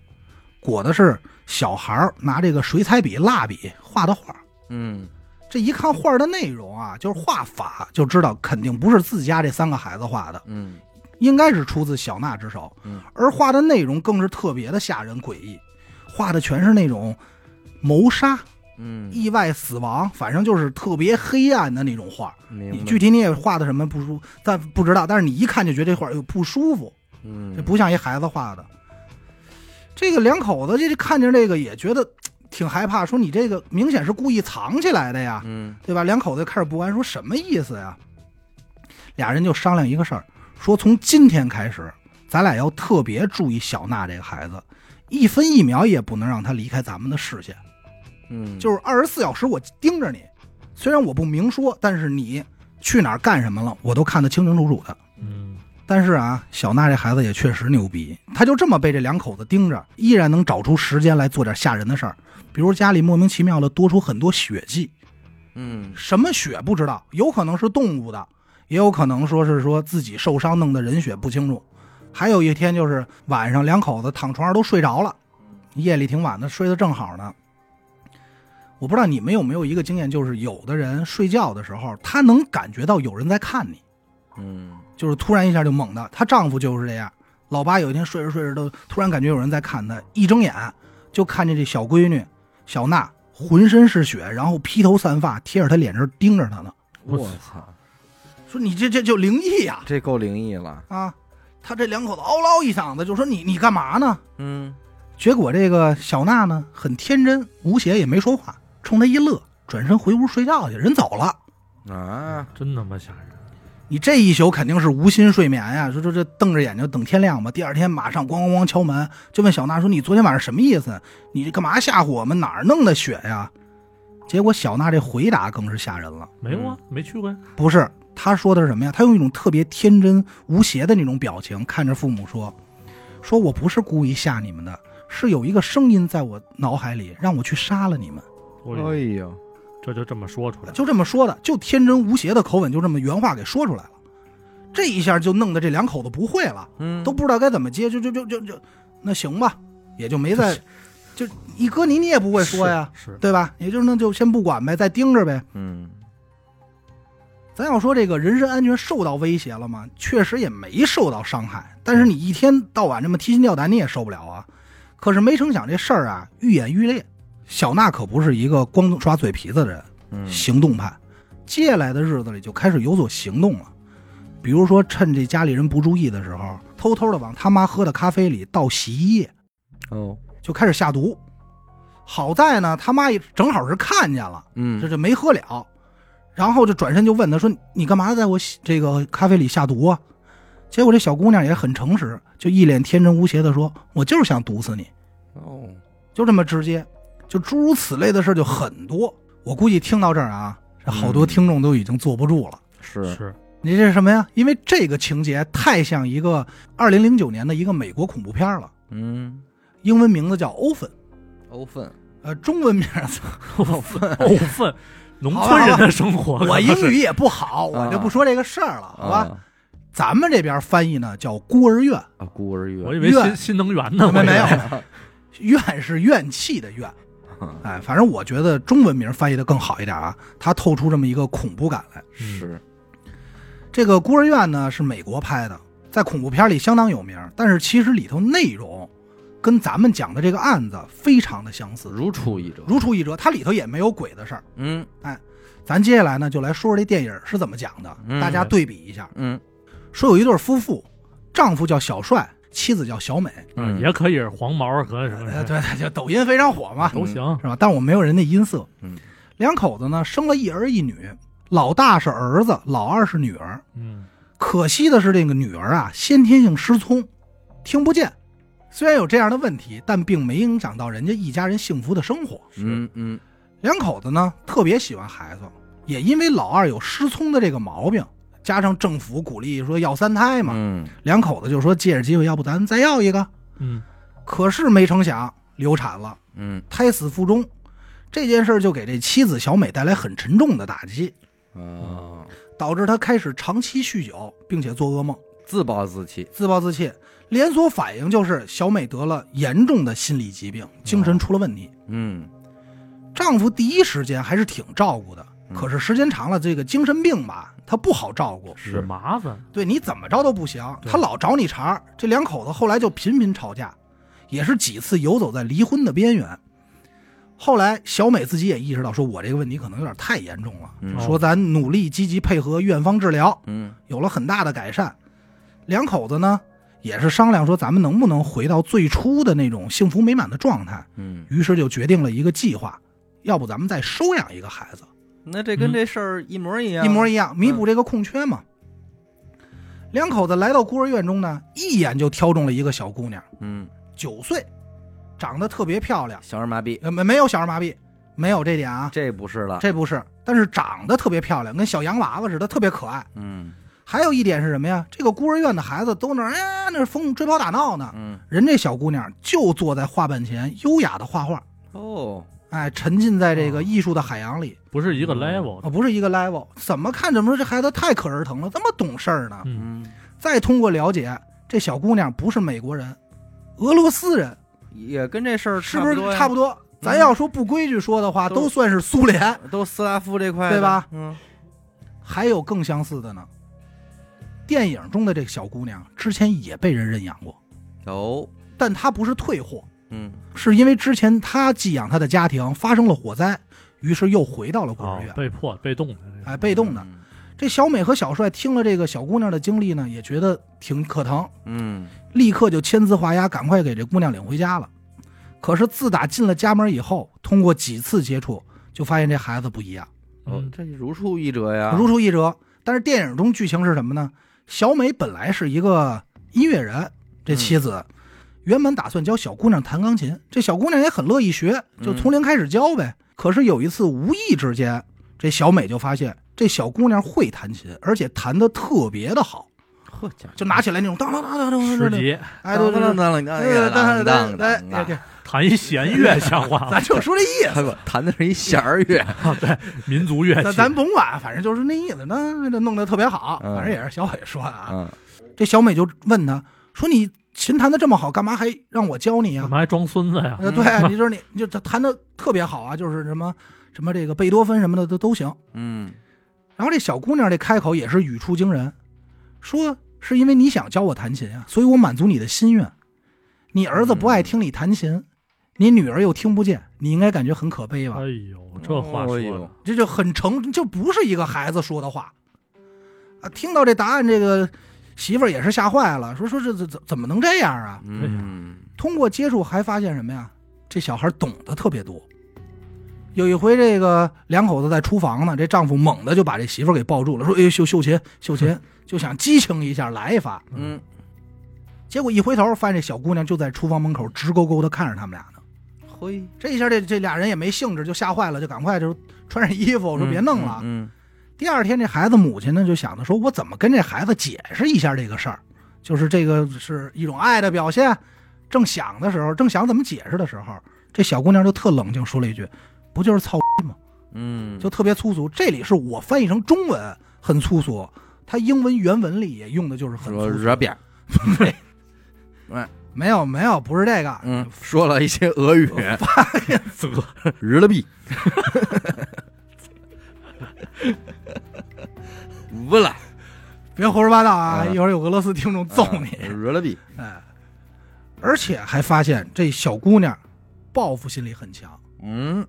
[SPEAKER 2] 裹的是小孩儿拿这个水彩笔、蜡笔画的画儿。
[SPEAKER 1] 嗯，
[SPEAKER 2] 这一看画儿的内容啊，就是画法，就知道肯定不是自家这三个孩子画的，
[SPEAKER 1] 嗯，
[SPEAKER 2] 应该是出自小娜之手。
[SPEAKER 1] 嗯
[SPEAKER 2] 而画的内容更是特别的吓人诡异，画的全是那种谋杀、
[SPEAKER 1] 嗯，
[SPEAKER 2] 意外死亡，反正就是特别黑暗的那种画。你
[SPEAKER 1] 明白
[SPEAKER 2] 具，体你也画的什么不舒，但不知道，但是你一看就觉得这画儿又不舒服，这
[SPEAKER 1] 嗯，
[SPEAKER 2] 不像一孩子画的。这个两口子这这看见这个也觉得嘖挺害怕，说你这个明显是故意藏起来的呀。
[SPEAKER 1] 嗯，
[SPEAKER 2] 对吧？两口子就开始不安，说什么意思呀？俩人就商量一个事儿，说从今天开始，咱俩要特别注意小娜这个孩子，一分一秒也不能让她离开咱们的视线，
[SPEAKER 1] 嗯，
[SPEAKER 2] 就是二十四小时我盯着你。虽然我不明说，但是你去哪儿干什么了，我都看得清清楚楚的。
[SPEAKER 3] 嗯，
[SPEAKER 2] 但是啊，小娜这孩子也确实牛逼，她就这么被这两口子盯着，依然能找出时间来做点吓人的事儿，比如家里莫名其妙的多出很多血迹，
[SPEAKER 1] 嗯，
[SPEAKER 2] 什么血不知道，有可能是动物的，也有可能说是说自己受伤弄的人血不清楚。还有一天就是晚上，两口子躺床上都睡着了，夜里挺晚的，睡得正好呢。我不知道你们有没有一个经验，就是有的人睡觉的时候，她能感觉到有人在看你，
[SPEAKER 1] 嗯，
[SPEAKER 2] 就是突然一下就猛的。她丈夫就是这样，老八有一天睡着睡着都突然感觉有人在看她，一睁眼就看见这小闺女小娜浑身是血，然后披头散发，贴着她脸上盯着她呢。
[SPEAKER 3] 我
[SPEAKER 1] 我操，
[SPEAKER 2] 说你这这就灵异呀
[SPEAKER 1] 这够灵异了，
[SPEAKER 2] 啊他这两口子嗷唠一嗓子，就说你你干嘛呢？
[SPEAKER 1] 嗯，
[SPEAKER 2] 结果这个小娜呢很天真无邪，也没说话，冲他一乐，转身回屋睡觉去，人走了。
[SPEAKER 1] 啊，
[SPEAKER 3] 真他妈吓人！
[SPEAKER 2] 你这一宿肯定是无心睡眠呀，说这这瞪着眼睛等天亮吧。第二天马上咣咣咣敲门，就问小娜说：“你昨天晚上什么意思？你这干嘛吓唬我们？哪儿弄的血呀？”结果小娜这回答更是吓人了，
[SPEAKER 3] 没有
[SPEAKER 2] 嗯
[SPEAKER 3] 啊，没去过呀。
[SPEAKER 2] 不是，他说的是什么呀？他用一种特别天真无邪的那种表情看着父母说：“说我不是故意吓你们的，是有一个声音在我脑海里让我去杀了你们。嗯
[SPEAKER 1] 哎
[SPEAKER 3] 哎
[SPEAKER 1] 呦，
[SPEAKER 3] 这就这么说出”来，
[SPEAKER 2] 就这么说的，就天真无邪的口吻，就这么原话给说出来了。这一下就弄得这两口子不会了，
[SPEAKER 1] 嗯，
[SPEAKER 2] 都不知道该怎么接，就就就就就，那行吧，也就没再，就一搁你你也不会说呀，
[SPEAKER 3] 是，是
[SPEAKER 2] 对吧？也就是那就先不管呗，再盯着呗。
[SPEAKER 1] 嗯
[SPEAKER 2] 咱要说这个人身安全受到威胁了吗？确实也没受到伤害，但是你一天到晚这么提心吊胆，你也受不了啊。可是没成想这事儿啊，愈演愈烈。小娜可不是一个光耍嘴皮子的人，
[SPEAKER 1] 嗯，
[SPEAKER 2] 行动派，接下来的日子里就开始有所行动了。比如说，趁这家里人不注意的时候，偷偷的往他妈喝的咖啡里倒洗衣液，
[SPEAKER 1] 哦，
[SPEAKER 2] 就开始下毒。好在呢，他妈也正好是看见了，这
[SPEAKER 1] 嗯，
[SPEAKER 2] 就没喝了，然后就转身就问他说：“你干嘛在我洗这个咖啡里下毒啊？”结果这小姑娘也很诚实，就一脸天真无邪的说：“我就是想毒死你。
[SPEAKER 1] 哦，”
[SPEAKER 2] 就这么直接，就诸如此类的事儿就很多。我估计听到这儿啊，这好多
[SPEAKER 1] 嗯
[SPEAKER 2] 听众都已经坐不住了。
[SPEAKER 1] 是，
[SPEAKER 3] 是
[SPEAKER 2] 你这是什么呀？因为这个情节太像一个二零零九年的一个美国恐怖片了，
[SPEAKER 1] 嗯，
[SPEAKER 2] 英文名字叫《欧粉》，
[SPEAKER 1] 欧粪，
[SPEAKER 2] 呃，中文名
[SPEAKER 3] 欧愤，欧愤，农村人的生活，
[SPEAKER 2] 我英语也不好，
[SPEAKER 1] 啊
[SPEAKER 2] 我就不说这个事儿了，好吧？
[SPEAKER 1] 啊
[SPEAKER 2] 咱们这边翻译呢叫孤儿院，
[SPEAKER 1] 啊，孤儿
[SPEAKER 3] 我
[SPEAKER 1] 院，
[SPEAKER 3] 以为
[SPEAKER 2] 怨
[SPEAKER 3] 新新能源呢，
[SPEAKER 2] 没
[SPEAKER 3] 我以为嗯
[SPEAKER 2] 没有，怨是怨气的怨。哎，反正我觉得中文名翻译的更好一点啊，它透出这么一个恐怖感来。
[SPEAKER 1] 是，
[SPEAKER 2] 这个孤儿院呢是美国拍的，在恐怖片里相当有名，但是其实里头内容跟咱们讲的这个案子非常的相似，
[SPEAKER 1] 如出一辙，
[SPEAKER 2] 如出一辙。它里头也没有鬼的事儿。
[SPEAKER 1] 嗯
[SPEAKER 2] 咱接下来呢就来说说这电影是怎么讲的，
[SPEAKER 1] 嗯
[SPEAKER 2] 大家对比一下。
[SPEAKER 1] 嗯
[SPEAKER 2] 说有一对夫妇，丈夫叫小帅，妻子叫小美。
[SPEAKER 3] 嗯也可以是黄毛和什 么
[SPEAKER 2] 呃，
[SPEAKER 3] 的
[SPEAKER 2] 对，对，就抖音非常火嘛，
[SPEAKER 3] 都行，
[SPEAKER 2] 是吧？但我没有人的音色。
[SPEAKER 1] 嗯，
[SPEAKER 2] 两口子呢生了一儿一女，老大是儿子，老二是女儿。
[SPEAKER 3] 嗯，
[SPEAKER 2] 可惜的是，这个女儿啊先天性失聪，听不见。虽然有这样的问题，但并没影响到人家一家人幸福的生活。
[SPEAKER 3] 是
[SPEAKER 1] 嗯嗯，
[SPEAKER 2] 两口子呢特别喜欢孩子，也因为老二有失聪的这个毛病，加上政府鼓励说要三胎嘛，
[SPEAKER 1] 嗯，
[SPEAKER 2] 两口子就说借着机会，要不咱再要一个。
[SPEAKER 3] 嗯，
[SPEAKER 2] 可是没成想流产了。
[SPEAKER 1] 嗯
[SPEAKER 2] 胎死腹中，这件事儿就给这妻子小美带来很沉重的打击，
[SPEAKER 1] 啊，
[SPEAKER 2] 导致她开始长期酗酒，并且做噩梦，
[SPEAKER 1] 自暴自弃，
[SPEAKER 2] 自暴自弃。连锁反应就是小美得了严重的心理疾病，精神出了问题。
[SPEAKER 1] 嗯
[SPEAKER 2] 丈夫第一时间还是挺照顾的，可是时间长了，这个精神病吧，他不好照顾，
[SPEAKER 1] 是
[SPEAKER 3] 麻烦，
[SPEAKER 2] 对你怎么着都不行，
[SPEAKER 3] 对
[SPEAKER 2] 他老找你茬儿。这两口子后来就频频吵架，也是几次游走在离婚的边缘。后来小美自己也意识到，说我这个问题可能有点太严重了，
[SPEAKER 1] 嗯
[SPEAKER 2] 说咱努力积极配合院方治疗，
[SPEAKER 1] 嗯
[SPEAKER 2] 有了很大的改善。两口子呢也是商量说，咱们能不能回到最初的那种幸福美满的状态？
[SPEAKER 1] 嗯，
[SPEAKER 2] 于是就决定了一个计划，要不咱们再收养一个孩子。
[SPEAKER 1] 那这跟这事儿一模一样，
[SPEAKER 2] 嗯一模
[SPEAKER 1] 一，
[SPEAKER 2] 一样，弥补这个空缺嘛。两口子来到孤儿院中呢，一眼就挑中了一个小姑娘，
[SPEAKER 1] 嗯，
[SPEAKER 2] 九岁，长得特别漂亮，
[SPEAKER 1] 小儿麻痹，
[SPEAKER 2] 呃，没没有小儿麻痹，没有这点啊，
[SPEAKER 1] 这不是了，
[SPEAKER 2] 这不是，但是长得特别漂亮，跟小洋娃娃似的，特别可爱。
[SPEAKER 1] 嗯
[SPEAKER 2] 还有一点是什么呀？这个孤儿院的孩子都那儿哎，那儿疯追跑打闹呢，
[SPEAKER 1] 嗯，
[SPEAKER 2] 人这小姑娘就坐在画板前，优雅的画画，
[SPEAKER 1] 哦，
[SPEAKER 2] 哎，沉浸在这个
[SPEAKER 3] 哦
[SPEAKER 2] 艺术的海洋里
[SPEAKER 3] 不是一个
[SPEAKER 1] 嗯
[SPEAKER 3] level
[SPEAKER 2] 啊、
[SPEAKER 3] 的，
[SPEAKER 2] 不是一个 level。怎么看怎么说这孩子太可儿疼了，这么懂事儿呢？
[SPEAKER 3] 嗯，
[SPEAKER 1] 嗯，
[SPEAKER 2] 再通过了解，这小姑娘不是美国人，俄罗斯人，
[SPEAKER 1] 也跟这事儿
[SPEAKER 2] 是不是差
[SPEAKER 1] 差
[SPEAKER 2] 不
[SPEAKER 1] 多
[SPEAKER 2] 多？嗯咱要说不规矩说的话，
[SPEAKER 1] 都
[SPEAKER 2] 都算是苏联。
[SPEAKER 1] 呀，都斯拉夫这块，
[SPEAKER 2] 对吧？
[SPEAKER 1] 嗯，
[SPEAKER 2] 还有更相似的呢，电影中的这个小姑娘之前也被人认养过，
[SPEAKER 1] 有，
[SPEAKER 2] 但她不是退货，
[SPEAKER 1] 嗯
[SPEAKER 2] 是因为之前她寄养她的家庭发生了火灾，于是又回到了孤
[SPEAKER 3] 哦
[SPEAKER 2] 儿，院。
[SPEAKER 3] 被迫被动的这个，
[SPEAKER 2] 哎，被动的。，
[SPEAKER 1] 嗯
[SPEAKER 2] 这小美和小帅听了这个小姑娘的经历呢，也觉得挺可疼，
[SPEAKER 1] 嗯
[SPEAKER 2] 立刻就签字画押，赶快给这姑娘领回家了。可是自打进了家门以后，通过几次接触，就发现这孩子不一样，
[SPEAKER 1] 哦
[SPEAKER 3] 嗯，
[SPEAKER 1] 这如出一辙
[SPEAKER 3] 啊
[SPEAKER 1] 呀，
[SPEAKER 2] 如出一辙。但是电影中剧情是什么呢？小美本来是一个音乐人，这
[SPEAKER 3] 嗯
[SPEAKER 2] 妻子、原本打算教小姑娘弹钢琴，这小姑娘也很乐意学，
[SPEAKER 3] 嗯
[SPEAKER 2] 就从零开始教呗。可是有一次无意之间，这小美就发现这小姑娘会弹琴，而且弹得特别的好，
[SPEAKER 1] 呵家伙，
[SPEAKER 2] 就拿起来那种当当当当当
[SPEAKER 3] 十
[SPEAKER 2] 当，
[SPEAKER 3] 级
[SPEAKER 2] 哎，对对对
[SPEAKER 1] 当，当当
[SPEAKER 2] 哎，
[SPEAKER 1] 当当当
[SPEAKER 2] 哎
[SPEAKER 1] 当，
[SPEAKER 2] 哎，哎
[SPEAKER 3] 弹一弦乐像话 吗
[SPEAKER 2] 咱就说这 意思，
[SPEAKER 1] 他弹的是一弦儿乐，
[SPEAKER 3] 民族
[SPEAKER 1] 哎
[SPEAKER 3] 乐
[SPEAKER 2] 咱
[SPEAKER 3] 器，
[SPEAKER 2] 咱甭管，反正就是那意思。那那弄得特别好，
[SPEAKER 1] 嗯
[SPEAKER 2] 反正也是小伟说的啊。
[SPEAKER 1] 嗯
[SPEAKER 2] 这小美就问他说：“你琴弹的这么好，干嘛还让我教你
[SPEAKER 3] 干
[SPEAKER 2] 啊？
[SPEAKER 3] 嘛还装孙子呀？
[SPEAKER 2] 呃， 对，你说你你就他弹的特别好啊，就是什么什么这个贝多芬什么的都都行。
[SPEAKER 1] 嗯
[SPEAKER 2] 然后这小姑娘这开口也是语出惊人，说是因为你想教我弹琴啊，所以我满足你的心愿。你儿子
[SPEAKER 1] 嗯
[SPEAKER 2] 不爱听你弹琴，你女儿又听不见，你应该感觉很可悲吧
[SPEAKER 3] 哎？呦，这话说
[SPEAKER 1] 哎呦
[SPEAKER 3] 的，
[SPEAKER 2] 这就很成，就不是一个孩子说的话啊！听到这答案，这个媳妇儿也是吓坏了，说说这这怎怎么能这样啊？
[SPEAKER 1] 嗯，
[SPEAKER 2] 通过接触还发现什么呀？这小孩懂得特别多。有一回，这个两口子在厨房呢，这丈夫猛地就把这媳妇儿给抱住了，说：“哎呦，秀秀琴，秀琴，就想激情一下，来一发。
[SPEAKER 1] 嗯，”
[SPEAKER 2] 结果一回头，发现这小姑娘就在厨房门口直勾勾的看着他们俩呢。
[SPEAKER 1] 嘿，
[SPEAKER 2] 这一下这，这俩人也没兴致，就吓坏了，就赶快就穿上衣服，说：“别弄了。
[SPEAKER 1] 嗯，
[SPEAKER 2] 第二天，这孩子母亲呢就想着说：“我怎么跟这孩子解释一下这个事儿？就是这个是一种爱的表现。”正想的时候，正想怎么解释的时候，这小姑娘就特冷静说了一句：“不就是操吗
[SPEAKER 1] 嗯，？”
[SPEAKER 2] 就特别粗俗。这里是我翻译成中文很粗俗，它英文原文里也用的就是很
[SPEAKER 1] 说
[SPEAKER 2] 粗
[SPEAKER 1] 惹
[SPEAKER 2] 俗。哎
[SPEAKER 1] 边，
[SPEAKER 2] 没有没有，不是这个，
[SPEAKER 1] 嗯，说了一些俄语，
[SPEAKER 3] 啧，
[SPEAKER 1] 日了币， 不了
[SPEAKER 2] 别胡说八道啊！
[SPEAKER 1] 嗯
[SPEAKER 2] 一会儿有俄罗斯听众揍你。
[SPEAKER 1] 日啊了币，
[SPEAKER 2] 哎，而且还发现这小姑娘报复心理很强。
[SPEAKER 1] 嗯，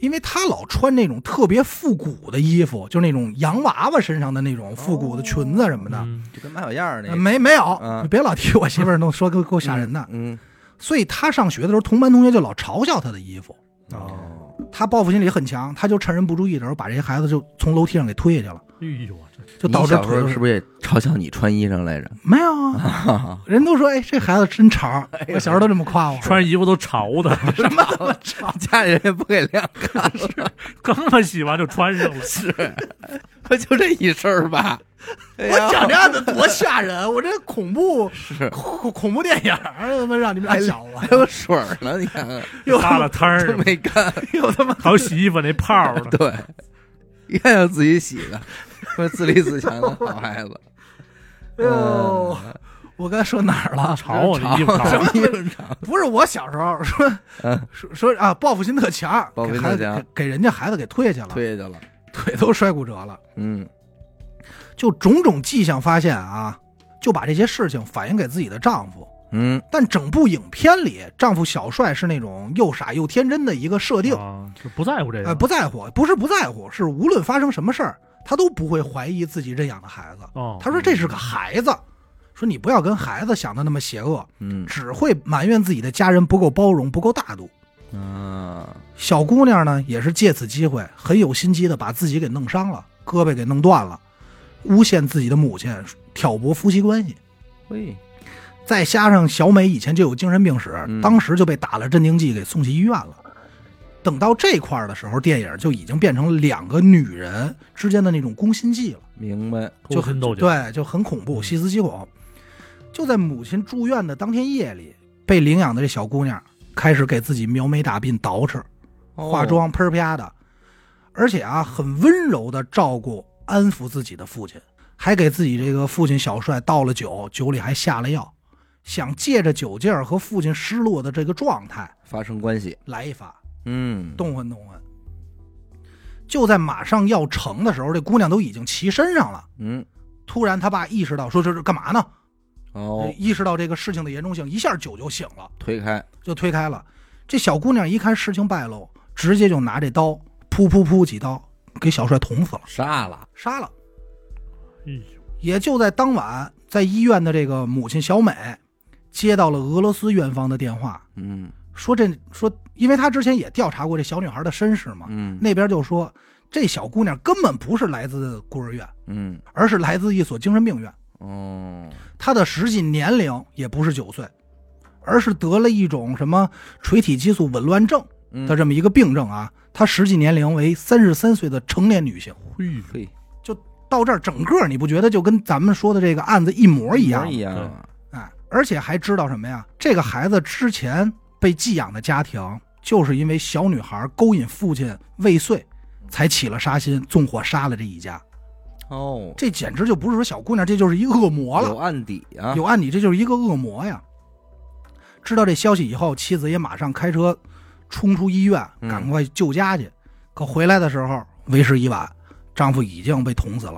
[SPEAKER 2] 因为她老穿那种特别复古的衣服，就是那种洋娃娃身上的那种复古的裙子什么的。
[SPEAKER 3] 嗯
[SPEAKER 1] 就跟马小燕儿那
[SPEAKER 2] 呃
[SPEAKER 1] 个，
[SPEAKER 2] 没没有，
[SPEAKER 1] 嗯
[SPEAKER 2] 你别老提我媳妇儿弄说给够吓人的。
[SPEAKER 1] 嗯，
[SPEAKER 2] 所以她上学的时候，同班同学就老嘲笑她的衣服。
[SPEAKER 1] 哦，
[SPEAKER 2] 她报复心理很强，她就趁人不注意的时候，把这些孩子就从楼梯上给推下去了，
[SPEAKER 3] 哎呦，这
[SPEAKER 2] 就导致
[SPEAKER 1] 你小时
[SPEAKER 2] 腿
[SPEAKER 1] 候是不是也嘲笑你穿衣裳来着？
[SPEAKER 2] 没有啊？ 人都说哎，这孩子真潮，
[SPEAKER 1] 哎
[SPEAKER 2] 我小时候都这么夸我。
[SPEAKER 3] 穿衣服都潮的，
[SPEAKER 2] 什么这么潮？
[SPEAKER 1] 家里人也不给晾，
[SPEAKER 3] 刚刚洗完就穿上了。
[SPEAKER 1] 是，不 就这一身儿吧？ 哎
[SPEAKER 2] 我
[SPEAKER 1] 呀
[SPEAKER 2] 讲这样子多吓人！我这恐怖
[SPEAKER 1] 是哎
[SPEAKER 2] 恐恐怖电影儿，哎他妈让你们俩想我
[SPEAKER 1] 还。有水儿呢，你看看，
[SPEAKER 2] 又
[SPEAKER 3] 扒了摊
[SPEAKER 1] 都
[SPEAKER 3] 儿，
[SPEAKER 1] 没干，
[SPEAKER 2] 又他妈
[SPEAKER 3] 还有洗衣服那泡儿 呢。
[SPEAKER 1] 对，一看就自己洗 的，说自立自强的好孩子，
[SPEAKER 2] 哎呦，我刚才说哪 儿了？
[SPEAKER 3] 潮 啊，
[SPEAKER 1] 长
[SPEAKER 3] 那衣服潮。
[SPEAKER 1] 衣服长，
[SPEAKER 2] 不是我小时候 说
[SPEAKER 1] 嗯，
[SPEAKER 2] 说说啊，报复心特强，
[SPEAKER 1] 报复
[SPEAKER 2] 给
[SPEAKER 1] 心
[SPEAKER 2] 孩
[SPEAKER 1] 特
[SPEAKER 2] 子
[SPEAKER 1] 强
[SPEAKER 2] 给给人家孩子给推下去了，
[SPEAKER 1] 推下去了，
[SPEAKER 2] 腿都摔骨折了。
[SPEAKER 1] 嗯
[SPEAKER 2] 就种种迹象发现啊，就把这些事情反映给自己的丈夫。
[SPEAKER 1] 嗯，
[SPEAKER 2] 但整部影片里，丈夫小帅是那种又傻又天真的一个设
[SPEAKER 1] 哦
[SPEAKER 2] 定，
[SPEAKER 3] 啊，就不在乎这个。
[SPEAKER 2] 呃，不在乎，不是不在乎，是无论发生什么事儿，他都不会怀疑自己认养的孩子。
[SPEAKER 3] 哦，
[SPEAKER 2] 他说这是个孩子，说你不要跟孩子想的那么邪恶，
[SPEAKER 1] 嗯
[SPEAKER 2] 只会埋怨自己的家人不够包容、不够大度。
[SPEAKER 1] 啊，
[SPEAKER 2] 小姑娘呢，也是借此机会，很有心机的把自己给弄伤了，胳膊给弄断了，诬陷自己的母亲，挑拨夫妻关系。
[SPEAKER 1] 喂，
[SPEAKER 2] 再加上小美以前就有精神病史，
[SPEAKER 1] 嗯
[SPEAKER 2] 当时就被打了镇定剂，给送去医院了。等到这块儿的时候，电影就已经变成两个女人之间的那种攻心计了。
[SPEAKER 1] 明白，
[SPEAKER 2] 就
[SPEAKER 3] 勾
[SPEAKER 2] 很
[SPEAKER 3] 心斗角。
[SPEAKER 2] 对，就很恐怖，
[SPEAKER 3] 嗯
[SPEAKER 2] 细思极恐。就在母亲住院的当天夜里，被领养的这小姑娘开始给自己描眉打鬓、捯饬、
[SPEAKER 1] 哦
[SPEAKER 3] 哦
[SPEAKER 2] 化妆，喷儿啪的，而且啊，很温柔的照顾、安抚自己的父亲，还给自己这个父亲小帅倒了酒，酒里还下了药，想借着酒劲儿和父亲失落的这个状态
[SPEAKER 1] 发生关系，
[SPEAKER 2] 来一发，
[SPEAKER 1] 嗯，
[SPEAKER 2] 动换动换。就在马上要成的时候，这姑娘都已经骑身上了。
[SPEAKER 1] 嗯，
[SPEAKER 2] 突然，他爸意识到说这是干嘛呢？
[SPEAKER 1] 哦，
[SPEAKER 2] 意识到这个事情的严重性，一下酒就醒了，
[SPEAKER 1] 推开，
[SPEAKER 2] 就推开了。这小姑娘一看事情败露，直接就拿这刀噗噗噗几刀给小帅捅死了，
[SPEAKER 1] 杀了，
[SPEAKER 2] 杀了。
[SPEAKER 3] 哎呦，
[SPEAKER 2] 也就在当晚，在医院的这个母亲小美接到了俄罗斯院方的电话，
[SPEAKER 1] 嗯
[SPEAKER 2] 说这说，因为她之前也调查过这小女孩的身世嘛，
[SPEAKER 1] 嗯
[SPEAKER 2] 那边就说这小姑娘根本不是来自孤儿院，
[SPEAKER 1] 嗯，
[SPEAKER 2] 而是来自一所精神病院。
[SPEAKER 1] 哦，
[SPEAKER 2] 他的实际年龄也不是九岁，而是得了一种什么垂体激素紊乱症
[SPEAKER 1] 嗯
[SPEAKER 2] 的这么一个病症啊。他实际年龄为三十三岁的成年女性。
[SPEAKER 3] 嘿，
[SPEAKER 1] 嘿，
[SPEAKER 2] 到这儿，整个你不觉得就跟咱们说的这个案子一模一样
[SPEAKER 1] 一
[SPEAKER 2] 吗？
[SPEAKER 1] 样
[SPEAKER 3] 对
[SPEAKER 1] 啊，
[SPEAKER 2] 哎，而且还知道什么呀？这个孩子之前被寄养的家庭，就是因为小女孩勾引父亲未遂，才起了杀心，纵火杀了这一家。
[SPEAKER 1] 哦，
[SPEAKER 2] 这简直就不是说小姑娘，这就是一恶魔
[SPEAKER 1] 有
[SPEAKER 2] 了，
[SPEAKER 1] 案底啊，
[SPEAKER 2] 有案底，这就是一个恶魔呀。知道这消息以后，妻子也马上开车冲出医院，
[SPEAKER 1] 嗯
[SPEAKER 2] 赶快救家去。可回来的时候为时已晚，丈夫已经被捅死了。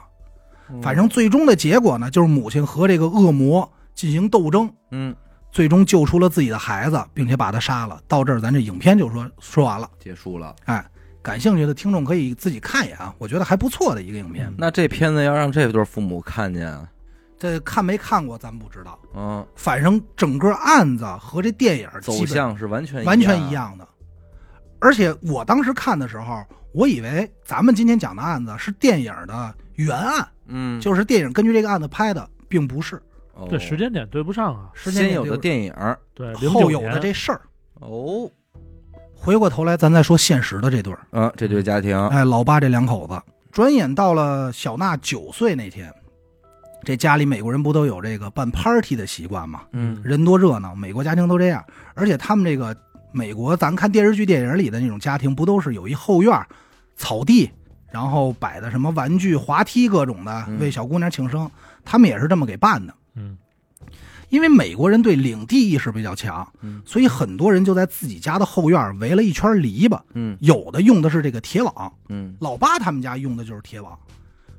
[SPEAKER 1] 嗯
[SPEAKER 2] 反正最终的结果呢，就是母亲和这个恶魔进行斗争，
[SPEAKER 1] 嗯，
[SPEAKER 2] 最终救出了自己的孩子，并且把他杀了。到这儿，咱这影片就说说完了。哎
[SPEAKER 1] 结束了。
[SPEAKER 2] 感兴趣的听众可以自己看一眼啊，我觉得还不错的一个影片。
[SPEAKER 1] 那这片子要让这对父母看见啊，
[SPEAKER 2] 这看没看过咱不知道，
[SPEAKER 1] 嗯，
[SPEAKER 2] 反正整个案子和这电影
[SPEAKER 1] 走
[SPEAKER 2] 基本
[SPEAKER 1] 向是完全
[SPEAKER 2] 完全一
[SPEAKER 1] 样。
[SPEAKER 2] 样的。而且我当时看的时候，我以为咱们今天讲的案子是电影的原案，
[SPEAKER 1] 嗯，
[SPEAKER 2] 就是电影根据这个案子拍的，并不是。
[SPEAKER 1] 哦
[SPEAKER 3] 对时间点对不上啊，
[SPEAKER 2] 时间
[SPEAKER 1] 先
[SPEAKER 2] 也
[SPEAKER 1] 有的
[SPEAKER 2] 就是
[SPEAKER 1] 电影儿
[SPEAKER 3] 对，零
[SPEAKER 2] 后
[SPEAKER 3] 九
[SPEAKER 2] 哦有的
[SPEAKER 3] 年
[SPEAKER 2] 这事儿。
[SPEAKER 1] 哦，
[SPEAKER 2] 回过头来，咱再说现实的这对儿。
[SPEAKER 1] 啊，这对家庭，
[SPEAKER 2] 哎，老八这两口子，转眼到了小娜九岁那天，这家里美国人不都有这个办 party 的习惯吗？
[SPEAKER 1] 嗯
[SPEAKER 2] 人多热闹，美国家庭都这样。而且他们这个美国，咱看电视剧、电影里的那种家庭，不都是有一后院儿、草地，然后摆的什么玩具、滑梯各种的，
[SPEAKER 1] 嗯
[SPEAKER 2] 为小姑娘庆生。他们也是这么给办的。
[SPEAKER 3] 嗯
[SPEAKER 2] 因为美国人对领地意识比较强
[SPEAKER 1] 嗯，
[SPEAKER 2] 所以很多人就在自己家的后院儿围了一圈篱笆，
[SPEAKER 1] 嗯
[SPEAKER 2] 有的用的是这个铁网，
[SPEAKER 1] 嗯，
[SPEAKER 2] 老八他们家用的就是铁网。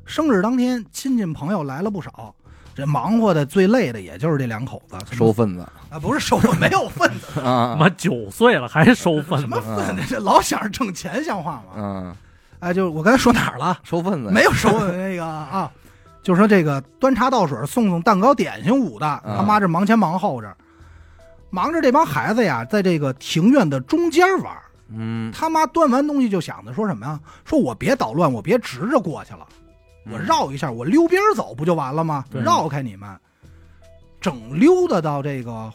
[SPEAKER 2] 生日当天，亲戚朋友来了不少，这忙活的最累的也就是这两口子。
[SPEAKER 1] 收份子
[SPEAKER 2] 啊，不是收份，没有份子，
[SPEAKER 1] 啊，
[SPEAKER 3] 妈九岁了还收份
[SPEAKER 2] 什么
[SPEAKER 3] 子，
[SPEAKER 2] 份子？这老想着挣钱，像话吗？
[SPEAKER 1] 嗯，
[SPEAKER 2] 哎，就是我刚才说哪儿了？
[SPEAKER 1] 收份子
[SPEAKER 2] 没有收份那个啊，就说这个端茶倒水、送送蛋糕、点心捂的，他妈这忙前忙后这，忙着这帮孩子呀，在这个庭院的中间玩儿。
[SPEAKER 1] 嗯，
[SPEAKER 2] 他妈端完东西就想着说什么呀？说我别捣乱，我别直着过去了，
[SPEAKER 1] 嗯
[SPEAKER 2] 我绕一下，我溜边儿走不就完了吗？
[SPEAKER 3] 对
[SPEAKER 2] 绕开你们，整溜达到这个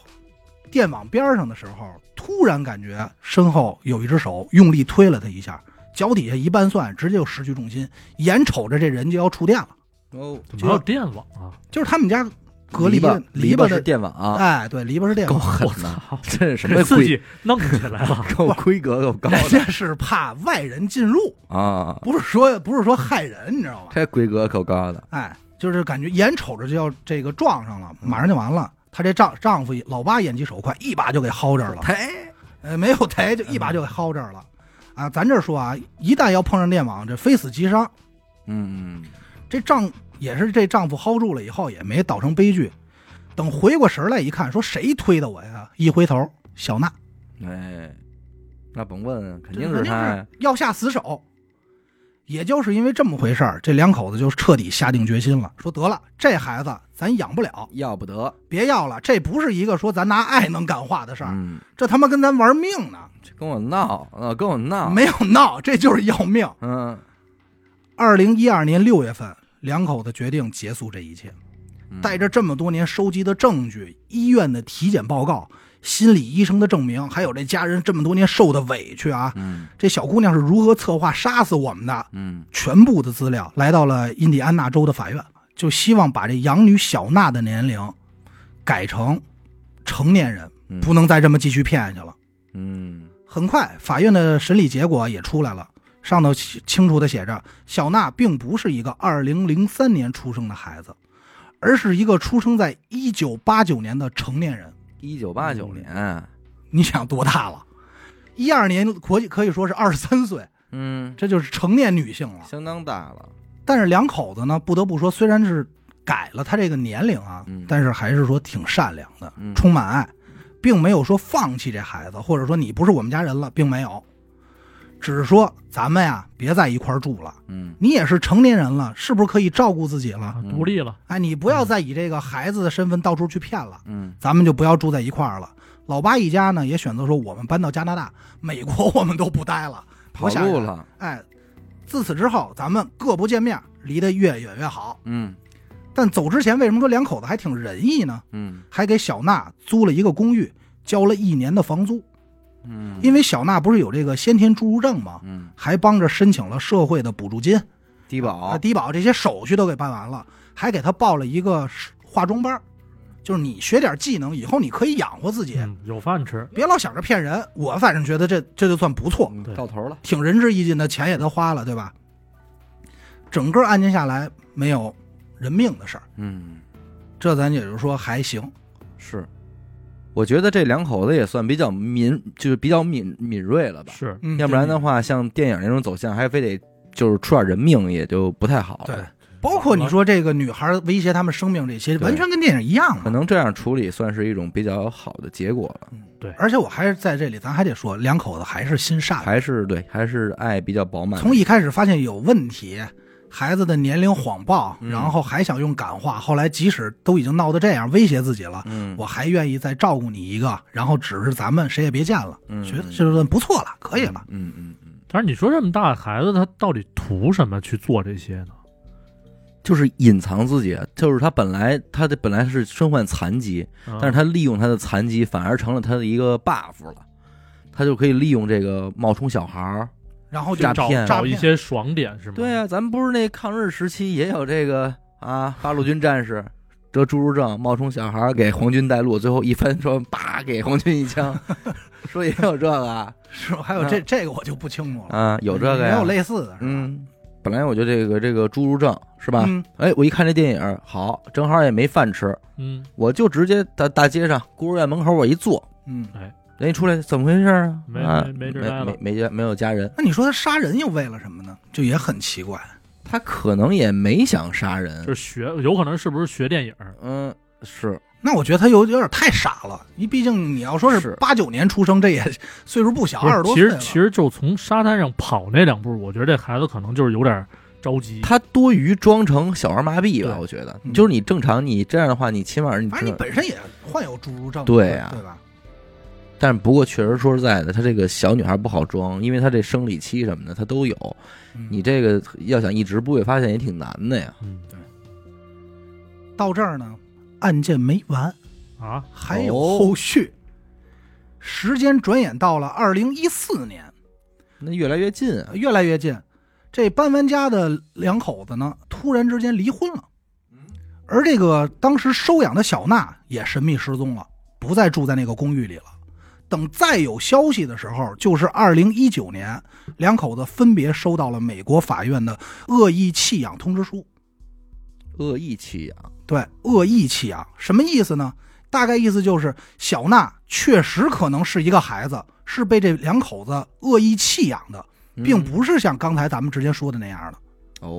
[SPEAKER 2] 电网边儿上的时候，突然感觉身后有一只手用力推了他一下，脚底下一拌蒜，直接就失去重心，眼瞅着这人就要触电了。
[SPEAKER 1] 哦，
[SPEAKER 3] 怎么有电网啊？
[SPEAKER 2] 就是他们家隔离
[SPEAKER 1] 笆
[SPEAKER 2] 的
[SPEAKER 1] 篱
[SPEAKER 2] 笆
[SPEAKER 1] 是
[SPEAKER 2] 的，
[SPEAKER 1] 电网，
[SPEAKER 2] 哎，对，篱笆是电
[SPEAKER 1] 啊够
[SPEAKER 2] 网。
[SPEAKER 1] 狠
[SPEAKER 3] 我
[SPEAKER 1] 呐，
[SPEAKER 3] 操，
[SPEAKER 1] 这是什么
[SPEAKER 3] 给自
[SPEAKER 1] 规
[SPEAKER 3] 己弄起来了，
[SPEAKER 1] 够规格够高
[SPEAKER 2] 人
[SPEAKER 1] 的
[SPEAKER 2] 家是怕外人进入，
[SPEAKER 1] 啊，
[SPEAKER 2] 不是说不是说害人，你知道吗？
[SPEAKER 1] 这规格够高的，
[SPEAKER 2] 哎，就是感觉眼瞅着就要这个撞上了，马上就完了。她这丈丈夫老八眼疾手快，一把就给薅这儿了。
[SPEAKER 1] 哎，
[SPEAKER 2] 呃，没有抬，就一把就给薅这儿了。啊，咱这说啊，一旦要碰上电网，这非死即伤。
[SPEAKER 1] 嗯，
[SPEAKER 2] 这丈也是这丈夫薅住了以后，也没导成悲剧。等回过神来一看，说谁推的我呀？一回头，小娜
[SPEAKER 1] 哎，那甭问，肯
[SPEAKER 2] 这
[SPEAKER 1] 定
[SPEAKER 2] 肯
[SPEAKER 1] 是
[SPEAKER 2] 定
[SPEAKER 1] 他
[SPEAKER 2] 是，要下死手。也就是因为这么回事儿，这两口子就彻底下定决心了，说得了，这孩子咱养不了，
[SPEAKER 1] 要不得，
[SPEAKER 2] 别要了，这不是一个说咱拿爱能感化的事儿，
[SPEAKER 1] 嗯，
[SPEAKER 2] 这他妈跟咱玩命呢，
[SPEAKER 1] 这跟我闹，啊，跟我闹，
[SPEAKER 2] 没有闹，这就是要命。
[SPEAKER 1] 嗯，
[SPEAKER 2] 二零一二年六月份，两口子决定结束这一切，
[SPEAKER 1] 嗯，
[SPEAKER 2] 带着这么多年收集的证据、医院的体检报告、心理医生的证明，还有这家人这么多年受的委屈啊，
[SPEAKER 1] 嗯
[SPEAKER 2] 这小姑娘是如何策划杀死我们的，
[SPEAKER 1] 嗯
[SPEAKER 2] 全部的资料来到了印第安纳州的法院，就希望把这养女小娜的年龄改成成年人
[SPEAKER 1] 嗯，
[SPEAKER 2] 不能再这么继续骗下去了。
[SPEAKER 1] 嗯，
[SPEAKER 2] 很快，法院的审理结果也出来了，上头清楚的写着，小娜并不是一个2003年出生的孩子，而是一个出生在1989年的成年人。
[SPEAKER 1] 一九八九年，
[SPEAKER 2] 你想多大了？一二年国可以说是二十三岁，
[SPEAKER 1] 嗯，
[SPEAKER 2] 这就是成年女性了。
[SPEAKER 1] 相当大了，
[SPEAKER 2] 但是两口子呢，不得不说，虽然是改了他这个年龄啊，
[SPEAKER 1] 嗯
[SPEAKER 2] 但是还是说挺善良的，
[SPEAKER 1] 嗯
[SPEAKER 2] 充满爱，并没有说放弃这孩子，或者说你不是我们家人了，并没有，只是说咱们呀别在一块儿住了，
[SPEAKER 1] 嗯
[SPEAKER 2] 你也是成年人了，是不是可以照顾自己了？
[SPEAKER 3] 啊独立了，
[SPEAKER 2] 哎，你不要再以这个孩子的身份到处去骗了，
[SPEAKER 1] 嗯
[SPEAKER 2] 咱们就不要住在一块儿了。老八一家呢也选择说，我们搬到加拿大、美国，我们都不待了，
[SPEAKER 1] 跑
[SPEAKER 2] 多吓人
[SPEAKER 1] 路。了，
[SPEAKER 2] 哎，自此之后，咱们各不见面，离得越远越好。
[SPEAKER 1] 嗯
[SPEAKER 2] 但走之前，为什么说两口子还挺仁义呢？
[SPEAKER 1] 嗯
[SPEAKER 2] 还给小娜租了一个公寓，交了一年的房租。
[SPEAKER 1] 嗯，
[SPEAKER 2] 因为小娜不是有这个先天侏儒症吗？
[SPEAKER 1] 嗯
[SPEAKER 2] 还帮着申请了社会的补助金、
[SPEAKER 1] 低保
[SPEAKER 2] 啊、，低保这些手续都给办完了，还给她报了一个化妆班儿，就是你学点技能，以后你可以养活自己，
[SPEAKER 3] 嗯，有饭吃，
[SPEAKER 2] 别老想着骗人。我反正觉得这这就算不错。
[SPEAKER 1] 嗯
[SPEAKER 3] 对
[SPEAKER 1] 到头了，
[SPEAKER 2] 挺仁至义尽的，钱也都花了，对吧？整个案件下来，没有人命的事儿，
[SPEAKER 1] 嗯，
[SPEAKER 2] 这咱也就是说还行。
[SPEAKER 1] 是，我觉得这两口子也算比较敏，就是比较敏敏锐了吧。
[SPEAKER 3] 是
[SPEAKER 2] 嗯
[SPEAKER 1] 要不然的话，像电影那种走向，还非得就是出点人命，也就不太好了。
[SPEAKER 2] 对，包括你说这个女孩威胁他们生命这些，
[SPEAKER 1] 对
[SPEAKER 2] 完全跟电影一样
[SPEAKER 1] 可
[SPEAKER 2] 嘛。
[SPEAKER 1] 能这样处理算是一种比较好的结果了，
[SPEAKER 2] 而且我还是在这里，咱还得说，两口子还是心善的。
[SPEAKER 1] 还是对，还是爱比较饱满。
[SPEAKER 2] 从一开始发现有问题，孩子的年龄谎报，
[SPEAKER 1] 嗯
[SPEAKER 2] 然后还想用感化，后来即使都已经闹得这样，威胁自己了，
[SPEAKER 1] 嗯，
[SPEAKER 2] 我还愿意再照顾你一个，然后只是咱们谁也别见了，
[SPEAKER 1] 嗯
[SPEAKER 2] 觉得这算不错了，可以了。
[SPEAKER 1] 嗯嗯嗯，
[SPEAKER 3] 但是你说这么大的孩子，他到底图什么去做这些呢？
[SPEAKER 1] 就是隐藏自己，啊就是他本来他的本来是身患残疾，
[SPEAKER 3] 但
[SPEAKER 1] 但是他利用他的残疾，反而成了他的一个 buff 了，他就可以利用这个冒充小孩儿。
[SPEAKER 2] 然后就
[SPEAKER 1] 诈
[SPEAKER 3] 找
[SPEAKER 1] 骗
[SPEAKER 3] 找一
[SPEAKER 2] 诈骗
[SPEAKER 3] 些爽点是吗？
[SPEAKER 1] 对啊，咱们不是那抗日时期也有这个啊，八路军战士得侏儒症，冒充小孩儿给皇军带路，最后一分说叭给皇军一 枪，说也有这个啊
[SPEAKER 2] 是吧还有这这个我就不清楚了，
[SPEAKER 1] 啊，有这个
[SPEAKER 2] 也
[SPEAKER 1] 呀，
[SPEAKER 2] 有类似的，是吧，
[SPEAKER 1] 嗯，本来我就这个这个侏儒症是吧？
[SPEAKER 2] 嗯
[SPEAKER 1] 哎，我一看这电影好，正好也没饭吃，
[SPEAKER 3] 嗯，
[SPEAKER 1] 我就直接大大街上孤儿院门口我一坐，
[SPEAKER 2] 嗯。
[SPEAKER 1] 人一出来怎么回事啊？
[SPEAKER 3] 没
[SPEAKER 1] 啊没
[SPEAKER 3] 没没地儿待了
[SPEAKER 1] 没没家没有家人，
[SPEAKER 2] 那你说他杀人又为了什么呢？就也很奇怪。
[SPEAKER 1] 他可能也没想杀人
[SPEAKER 3] 就，是学，有可能是不是学电影儿？
[SPEAKER 1] 嗯，是
[SPEAKER 2] 那我觉得他有有点太傻了。你毕竟你要说
[SPEAKER 1] 是
[SPEAKER 2] 是八九年出生，这 也岁数不小，
[SPEAKER 3] 不是
[SPEAKER 2] 二十多
[SPEAKER 3] 其
[SPEAKER 2] 岁
[SPEAKER 3] 实
[SPEAKER 2] 了。
[SPEAKER 3] 其实就从沙滩上跑那两步，我觉得这孩子可能就是有点着急。
[SPEAKER 1] 他多余装成小儿麻痹吧？
[SPEAKER 3] 对
[SPEAKER 1] 我觉得
[SPEAKER 2] 嗯，
[SPEAKER 1] 就是你正常，你这样的话，你起码你
[SPEAKER 2] 反
[SPEAKER 1] 知
[SPEAKER 2] 正
[SPEAKER 1] 道，
[SPEAKER 2] 你本身也患有侏儒症，
[SPEAKER 1] 对
[SPEAKER 2] 对
[SPEAKER 1] 呀
[SPEAKER 2] 对吧？
[SPEAKER 1] 但不过确实说实在的，他这个小女孩不好装，因为她这生理期什么的她都有，
[SPEAKER 2] 嗯
[SPEAKER 1] 你这个要想一直不被发现也挺难的呀。
[SPEAKER 3] 嗯
[SPEAKER 2] 到这儿呢，案件没完，
[SPEAKER 3] 啊，
[SPEAKER 2] 还有
[SPEAKER 1] 哦
[SPEAKER 2] 后续。时间转眼到了二零一四年，
[SPEAKER 1] 那越来越近啊，
[SPEAKER 2] 越来越近。这搬完家的两口子呢，突然之间离婚了。而这个当时收养的小娜也神秘失踪了，不再住在那个公寓里了。等再有消息的时候，就是二零一九年，两口子分别收到了美国法院的恶意弃养通知书。
[SPEAKER 1] 恶意弃养，
[SPEAKER 2] 对，恶意弃养什么意思呢？大概意思就是小娜确实可能是一个孩子，是被这两口子恶意弃养的，
[SPEAKER 1] 嗯
[SPEAKER 2] 并不是像刚才咱们之前说的那样的。
[SPEAKER 1] 哦，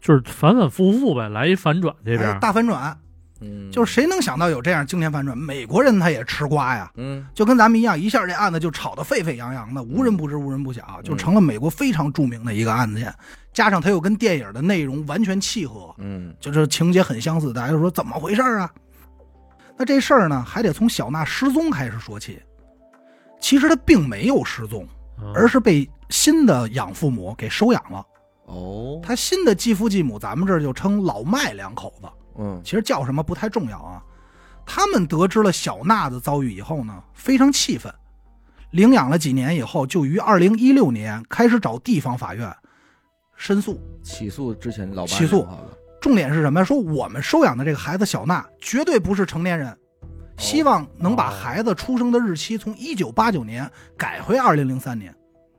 [SPEAKER 3] 就是反反复复呗，来一反转这边
[SPEAKER 2] 哎
[SPEAKER 3] 儿。
[SPEAKER 2] 大反转，
[SPEAKER 1] 嗯，
[SPEAKER 2] 就是谁能想到有这样惊天反转？美国人他也吃瓜呀，
[SPEAKER 1] 嗯，
[SPEAKER 2] 就跟咱们一样，一下这案子就炒得沸沸扬扬的，无人不知，无人不晓，就成了美国非常著名的一个案件。加上它又跟电影的内容完全契合，
[SPEAKER 1] 嗯
[SPEAKER 2] 就是情节很相似，大家就说怎么回事啊？那这事儿呢，还得从小娜失踪开始说起。其实她并没有失踪，
[SPEAKER 3] 嗯
[SPEAKER 2] 而是被新的养父母给收养了。
[SPEAKER 1] 哦，
[SPEAKER 2] 她新的继父继母，咱们这儿就称老麦两口子。
[SPEAKER 1] 嗯
[SPEAKER 2] 其实叫什么不太重要啊。他们得知了小娜的遭遇以后呢，非常气愤，领养了几年以后，就于二零一六年开始找地方法院申诉。
[SPEAKER 1] 起诉之前老爸
[SPEAKER 2] 起诉
[SPEAKER 1] 弄好了
[SPEAKER 2] 重点是什么呀？说我们收养的这个孩子小娜绝对不是成年人，希望能把孩子出生的日期从一九八九年改回二零零三年。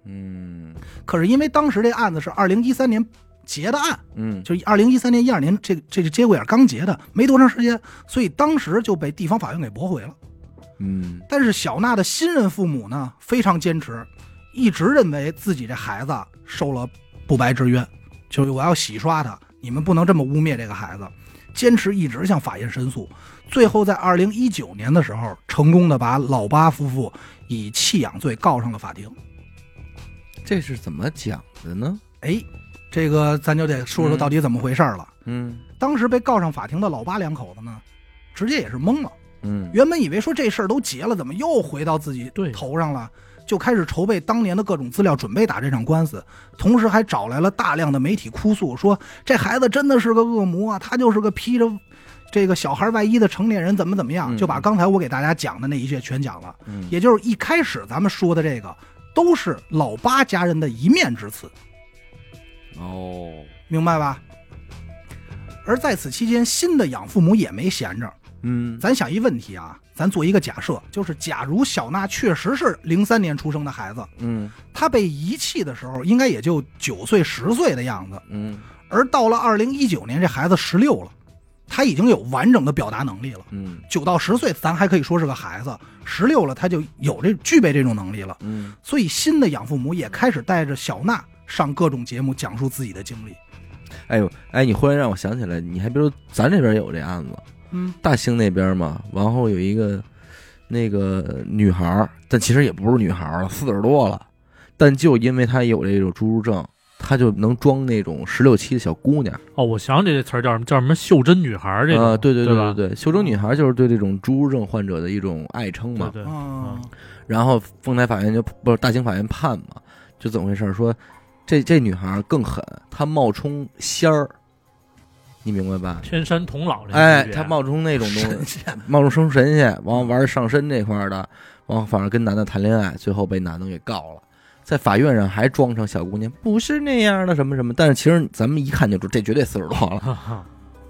[SPEAKER 1] 嗯
[SPEAKER 2] 可是因为当时这案子是二零一三年结的案，
[SPEAKER 1] 嗯，
[SPEAKER 2] 就是二零一三年、一二年这这个节骨眼儿刚结的，没多长时间，所以当时就被地方法院给驳回了。
[SPEAKER 1] 嗯
[SPEAKER 2] 但是小娜的新任父母呢，非常坚持，一直认为自己这孩子受了不白之冤，就是我要洗刷他，你们不能这么污蔑这个孩子。坚持一直向法院申诉，最后在二零一九年的时候，成功的把老八夫妇以弃养罪告上了法庭。
[SPEAKER 1] 这是怎么讲的呢？
[SPEAKER 2] 哎，这个咱就得说说到底怎么回事儿了。
[SPEAKER 1] 嗯
[SPEAKER 2] 当时被告上法庭的老八两口子呢，直接也是懵了。
[SPEAKER 1] 嗯
[SPEAKER 2] 原本以为说这事儿都结了，怎么又回到自己
[SPEAKER 3] 对
[SPEAKER 2] 头上了？就开始筹备当年的各种资料，准备打这场官司，同时还找来了大量的媒体哭诉，说这孩子真的是个恶魔啊，他就是个披着这个小孩外衣的成年人，怎么怎么样，
[SPEAKER 1] 嗯
[SPEAKER 2] 就把刚才我给大家讲的那一切全讲了。
[SPEAKER 1] 嗯，
[SPEAKER 2] 也就是一开始咱们说的这个，都是老八家人的一面之词，
[SPEAKER 1] 哦，
[SPEAKER 2] 明白吧？而在此期间，新的养父母也没闲着，
[SPEAKER 1] 嗯
[SPEAKER 2] 咱想一问题啊，咱做一个假设，就是假如小娜确实是零三年出生的孩子，
[SPEAKER 1] 嗯
[SPEAKER 2] 她被遗弃的时候应该也就九岁、十岁的样子，
[SPEAKER 1] 嗯
[SPEAKER 2] 而到了二零一九年，这孩子十六了，他已经有完整的表达能力了。
[SPEAKER 1] 嗯
[SPEAKER 2] 九到十岁，咱还可以说是个孩子；十六了，他就有这具备这种能力了。
[SPEAKER 1] 嗯
[SPEAKER 2] 所以，新的养父母也开始带着小娜上各种节目，讲述自己的经历。
[SPEAKER 1] 哎呦，哎，你忽然让我想起来，你还别说，咱这边有这案子，
[SPEAKER 2] 嗯，
[SPEAKER 1] 大兴那边嘛，然后有一个那个女孩儿，但其实也不是女孩儿了，四十多了，但就因为她有这种侏儒症，她就能装那种十六七的小姑娘。
[SPEAKER 3] 哦，我想起这词儿叫什么？叫什么“袖珍女孩”这种，
[SPEAKER 1] 啊，对对
[SPEAKER 3] 对
[SPEAKER 1] 对
[SPEAKER 3] 吧
[SPEAKER 1] 对，袖珍女孩就是对这种侏儒症患者的一种爱称嘛。
[SPEAKER 3] 对对，
[SPEAKER 2] 哦，
[SPEAKER 1] 嗯然后丰台法院就不是大兴法院判嘛，就怎么回事儿？说这这女孩更狠，她冒充仙儿，你明白吧？
[SPEAKER 3] 天山童姥这
[SPEAKER 1] 哎
[SPEAKER 3] 级，别啊
[SPEAKER 1] 她冒充那种东西
[SPEAKER 2] 神，仙
[SPEAKER 1] 冒充生神仙，完了玩上身这块儿的，完了反正跟男的谈恋爱，最后被男的给告了。在法院上还装成小姑娘，不是那样的什么什么，但是其实咱们一看就知道，这绝对四十多了，
[SPEAKER 3] 哈哈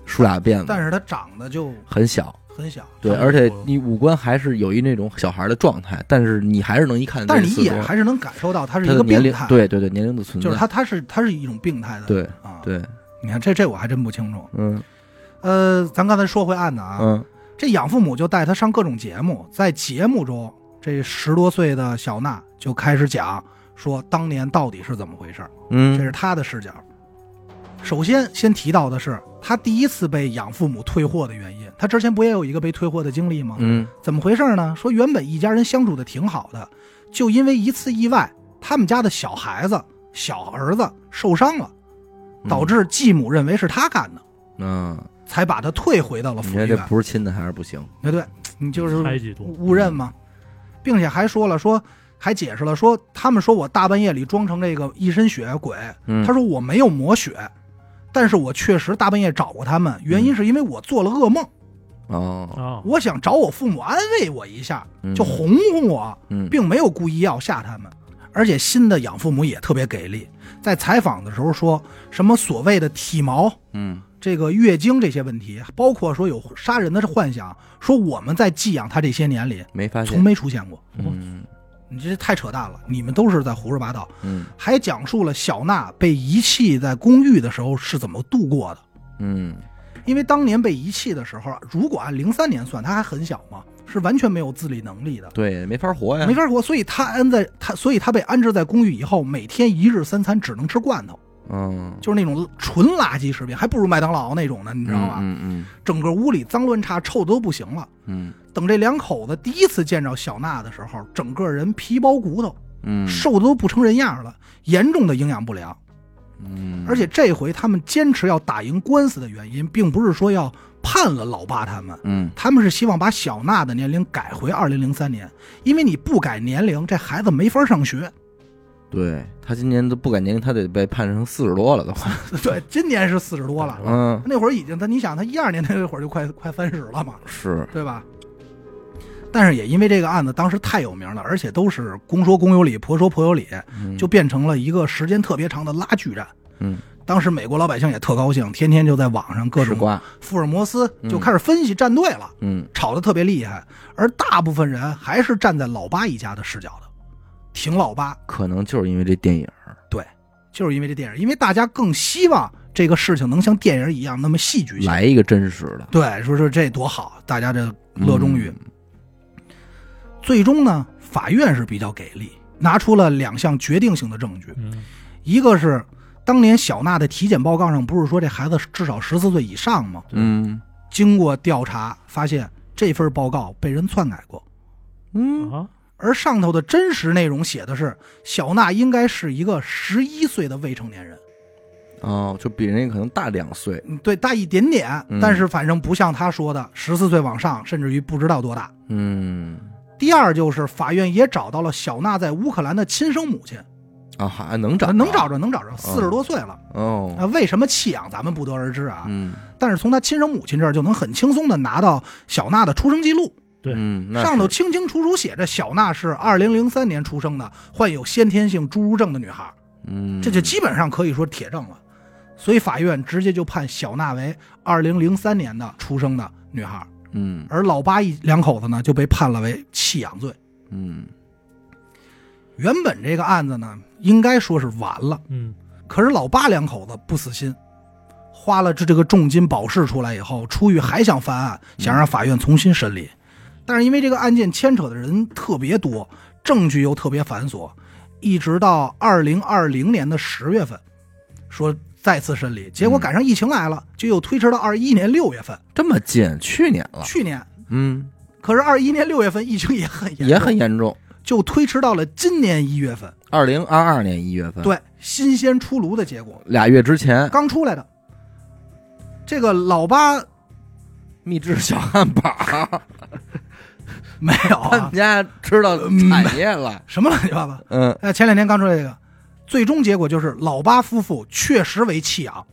[SPEAKER 1] 梳俩辫子，
[SPEAKER 2] 但是他长得就
[SPEAKER 1] 很小，
[SPEAKER 2] 很小，
[SPEAKER 1] 对，
[SPEAKER 3] 差不
[SPEAKER 1] 而且
[SPEAKER 3] 多
[SPEAKER 1] 你五官还是有一那种小孩的状态，但是你还是能一看，
[SPEAKER 2] 但是你一眼还是能感受到他是
[SPEAKER 1] 他
[SPEAKER 2] 一
[SPEAKER 1] 的
[SPEAKER 2] 个
[SPEAKER 1] 年
[SPEAKER 2] 病
[SPEAKER 1] 龄
[SPEAKER 2] 态，，
[SPEAKER 1] 对对对，年龄的存在，
[SPEAKER 2] 就是他他是他是一种病态的，
[SPEAKER 1] 对
[SPEAKER 2] 啊，，
[SPEAKER 1] 对，
[SPEAKER 2] 你看这这我还真不清楚。
[SPEAKER 1] 嗯
[SPEAKER 2] 呃，咱刚才说回案子啊，
[SPEAKER 1] 嗯
[SPEAKER 2] 这养父母就带他上各种节目，在节目中，这十多岁的小娜就开始讲说当年到底是怎么回事儿，这
[SPEAKER 1] 嗯
[SPEAKER 2] 是她的视角。首先，先提到的是她第一次被养父母退货的原因。她之前不也有一个被退货的经历吗？
[SPEAKER 1] 嗯
[SPEAKER 2] 怎么回事呢？说原本一家人相处的挺好的，就因为一次意外，他们家的小孩子、小儿子受伤了，
[SPEAKER 1] 嗯，
[SPEAKER 2] 导致继母认为是他干的，
[SPEAKER 1] 嗯，
[SPEAKER 2] 才把他退回到了
[SPEAKER 1] 你
[SPEAKER 2] 福
[SPEAKER 1] 看
[SPEAKER 2] 利
[SPEAKER 1] 这
[SPEAKER 2] 院。
[SPEAKER 1] 不是亲的还是不行，
[SPEAKER 2] 对对，你就是
[SPEAKER 3] 猜忌多，
[SPEAKER 2] 误认嘛，并且还说了说，还解释了说，他们说我大半夜里装成这个一身血鬼，
[SPEAKER 1] 嗯，
[SPEAKER 2] 他说我没有抹血，但是我确实大半夜找过他们，原
[SPEAKER 1] 嗯
[SPEAKER 2] 因是因为我做了噩梦，
[SPEAKER 1] 哦，
[SPEAKER 3] 啊，
[SPEAKER 2] 我想找我父母安慰我一下，
[SPEAKER 1] 嗯
[SPEAKER 2] 就哄哄我，
[SPEAKER 1] 嗯
[SPEAKER 2] 并没有故意要吓他们。而且新的养父母也特别给力，在采访的时候说什么所谓的体毛、
[SPEAKER 1] 嗯
[SPEAKER 2] 这个月经这些问题，包括说有杀人的幻想，说我们在寄养他这些年里
[SPEAKER 1] 没发现
[SPEAKER 2] 从，没出现过。
[SPEAKER 1] 嗯
[SPEAKER 2] 你这太扯淡了，你们都是在胡说八道。
[SPEAKER 1] 嗯
[SPEAKER 2] 还讲述了小娜被遗弃在公寓的时候是怎么度过的。
[SPEAKER 1] 嗯
[SPEAKER 2] 因为当年被遗弃的时候，如果按零三年算，她还很小嘛，是完全没有自理能力的，
[SPEAKER 1] 对，没法活呀，
[SPEAKER 2] 没法活。所以她安在她，所以她被安置在公寓以后，每天一日三餐只能吃罐头，
[SPEAKER 1] 嗯，
[SPEAKER 2] 就是那种纯垃圾食品，还不如麦当劳那种呢，你知道吧？啊
[SPEAKER 1] 嗯嗯
[SPEAKER 2] 整个屋里脏乱差，臭的都不行了。
[SPEAKER 1] 嗯
[SPEAKER 2] 等这两口子第一次见着小娜的时候，整个人皮包骨头，
[SPEAKER 1] 嗯，
[SPEAKER 2] 瘦的都不成人样了，严重的营养不良。
[SPEAKER 1] 嗯，
[SPEAKER 2] 而且这回他们坚持要打赢官司的原因，并不是说要判了老八他们，
[SPEAKER 1] 嗯
[SPEAKER 2] 他们是希望把小娜的年龄改回二零零三年，因为你不改年龄，这孩子没法 上学。
[SPEAKER 1] 对他今年都不敢年龄，他得被判成四十多了都。
[SPEAKER 2] 对，今年是四十多了，
[SPEAKER 1] 嗯，
[SPEAKER 2] 那会儿已经他，你想他一二年那会儿就快快三十了嘛，
[SPEAKER 1] 是，
[SPEAKER 2] 对吧？但是也因为这个案子当时太有名了，而且都是公说公有理，婆说婆有理，
[SPEAKER 1] 嗯
[SPEAKER 2] 就变成了一个时间特别长的拉锯战。
[SPEAKER 1] 嗯，
[SPEAKER 2] 当时美国老百姓也特高兴，天天就在网上各
[SPEAKER 1] 吃
[SPEAKER 2] 种
[SPEAKER 1] 瓜，
[SPEAKER 2] 福尔摩斯就开始分析站队了，
[SPEAKER 1] 嗯
[SPEAKER 2] 吵得特别厉害。而大部分人还是站在老八一家的视角的，挺老八，
[SPEAKER 1] 可能就是因为这电影儿，
[SPEAKER 2] 就是因为这电影，因为大家更希望这个事情能像电影一样那么戏剧性。
[SPEAKER 1] 来一个真实的，
[SPEAKER 2] 对，说说这多好，大家这乐衷于。最终呢，法院是比较给力，拿出了两项决定性的证据，
[SPEAKER 3] 嗯，
[SPEAKER 2] 一个是当年小娜的体检报告上不是说这孩子至少十四岁以上吗？
[SPEAKER 1] 嗯
[SPEAKER 2] 经过调查发现，这份报告被人篡改过。
[SPEAKER 1] 嗯
[SPEAKER 3] 啊，
[SPEAKER 2] 而上头的真实内容写的是小娜应该是一个十一岁的未成年人，
[SPEAKER 1] 哦，就比人家可能大两岁，
[SPEAKER 2] 嗯对，大一点点
[SPEAKER 1] 嗯，
[SPEAKER 2] 但是反正不像她说的十四岁往上，甚至于不知道多大。
[SPEAKER 1] 嗯
[SPEAKER 2] 第二就是法院也找到了小娜在乌克兰的亲生母亲，
[SPEAKER 1] 啊还能找
[SPEAKER 2] 能找着能找着，四十多岁了。
[SPEAKER 1] 哦，
[SPEAKER 2] 啊，为什么弃养咱们不得而知啊，
[SPEAKER 1] 嗯
[SPEAKER 2] 但是从她亲生母亲这儿就能很轻松的拿到小娜的出生记录，
[SPEAKER 3] 对
[SPEAKER 1] 嗯，那
[SPEAKER 2] 上头
[SPEAKER 1] 是
[SPEAKER 2] 清清楚楚写着小娜是二零零三年出生的，患有先天性侏儒症的女孩。
[SPEAKER 1] 嗯
[SPEAKER 2] 这就基本上可以说铁证了。所以法院直接就判小娜为二零零三年的出生的女孩，
[SPEAKER 1] 嗯
[SPEAKER 2] 而老八一两口子呢就被判了为弃养罪。
[SPEAKER 1] 嗯
[SPEAKER 2] 原本这个案子呢，应该说是完了，
[SPEAKER 3] 嗯
[SPEAKER 2] 可是老八两口子不死心，花了这这个重金保释出来以后，出狱还想翻案，想让法院重新审理。但是因为这个案件牵扯的人特别多，证据又特别繁琐，一直到二零二零年的十月份，说再次审理，结果赶上疫情来了，就又推迟到二一年六月份，
[SPEAKER 1] 这么近，去年了，
[SPEAKER 2] 去年。
[SPEAKER 1] 嗯，
[SPEAKER 2] 可是二一年六月份疫情也很严重，
[SPEAKER 1] 也很严重。
[SPEAKER 2] 就推迟到了今年一月份。
[SPEAKER 1] 二零二二年一月份，，
[SPEAKER 2] 对，新鲜出炉的结果，
[SPEAKER 1] 俩月之前，
[SPEAKER 2] 刚出来的。这个老八
[SPEAKER 1] 秘制小汉堡，
[SPEAKER 2] 啊没有、
[SPEAKER 1] 他们
[SPEAKER 2] 啊、
[SPEAKER 1] 家吃到
[SPEAKER 2] 嗯
[SPEAKER 1] 产业了。
[SPEAKER 2] 什么乱七八糟。
[SPEAKER 1] 嗯
[SPEAKER 2] 哎，前两天刚出来这个，最终结果就是老八夫妇确实为弃养，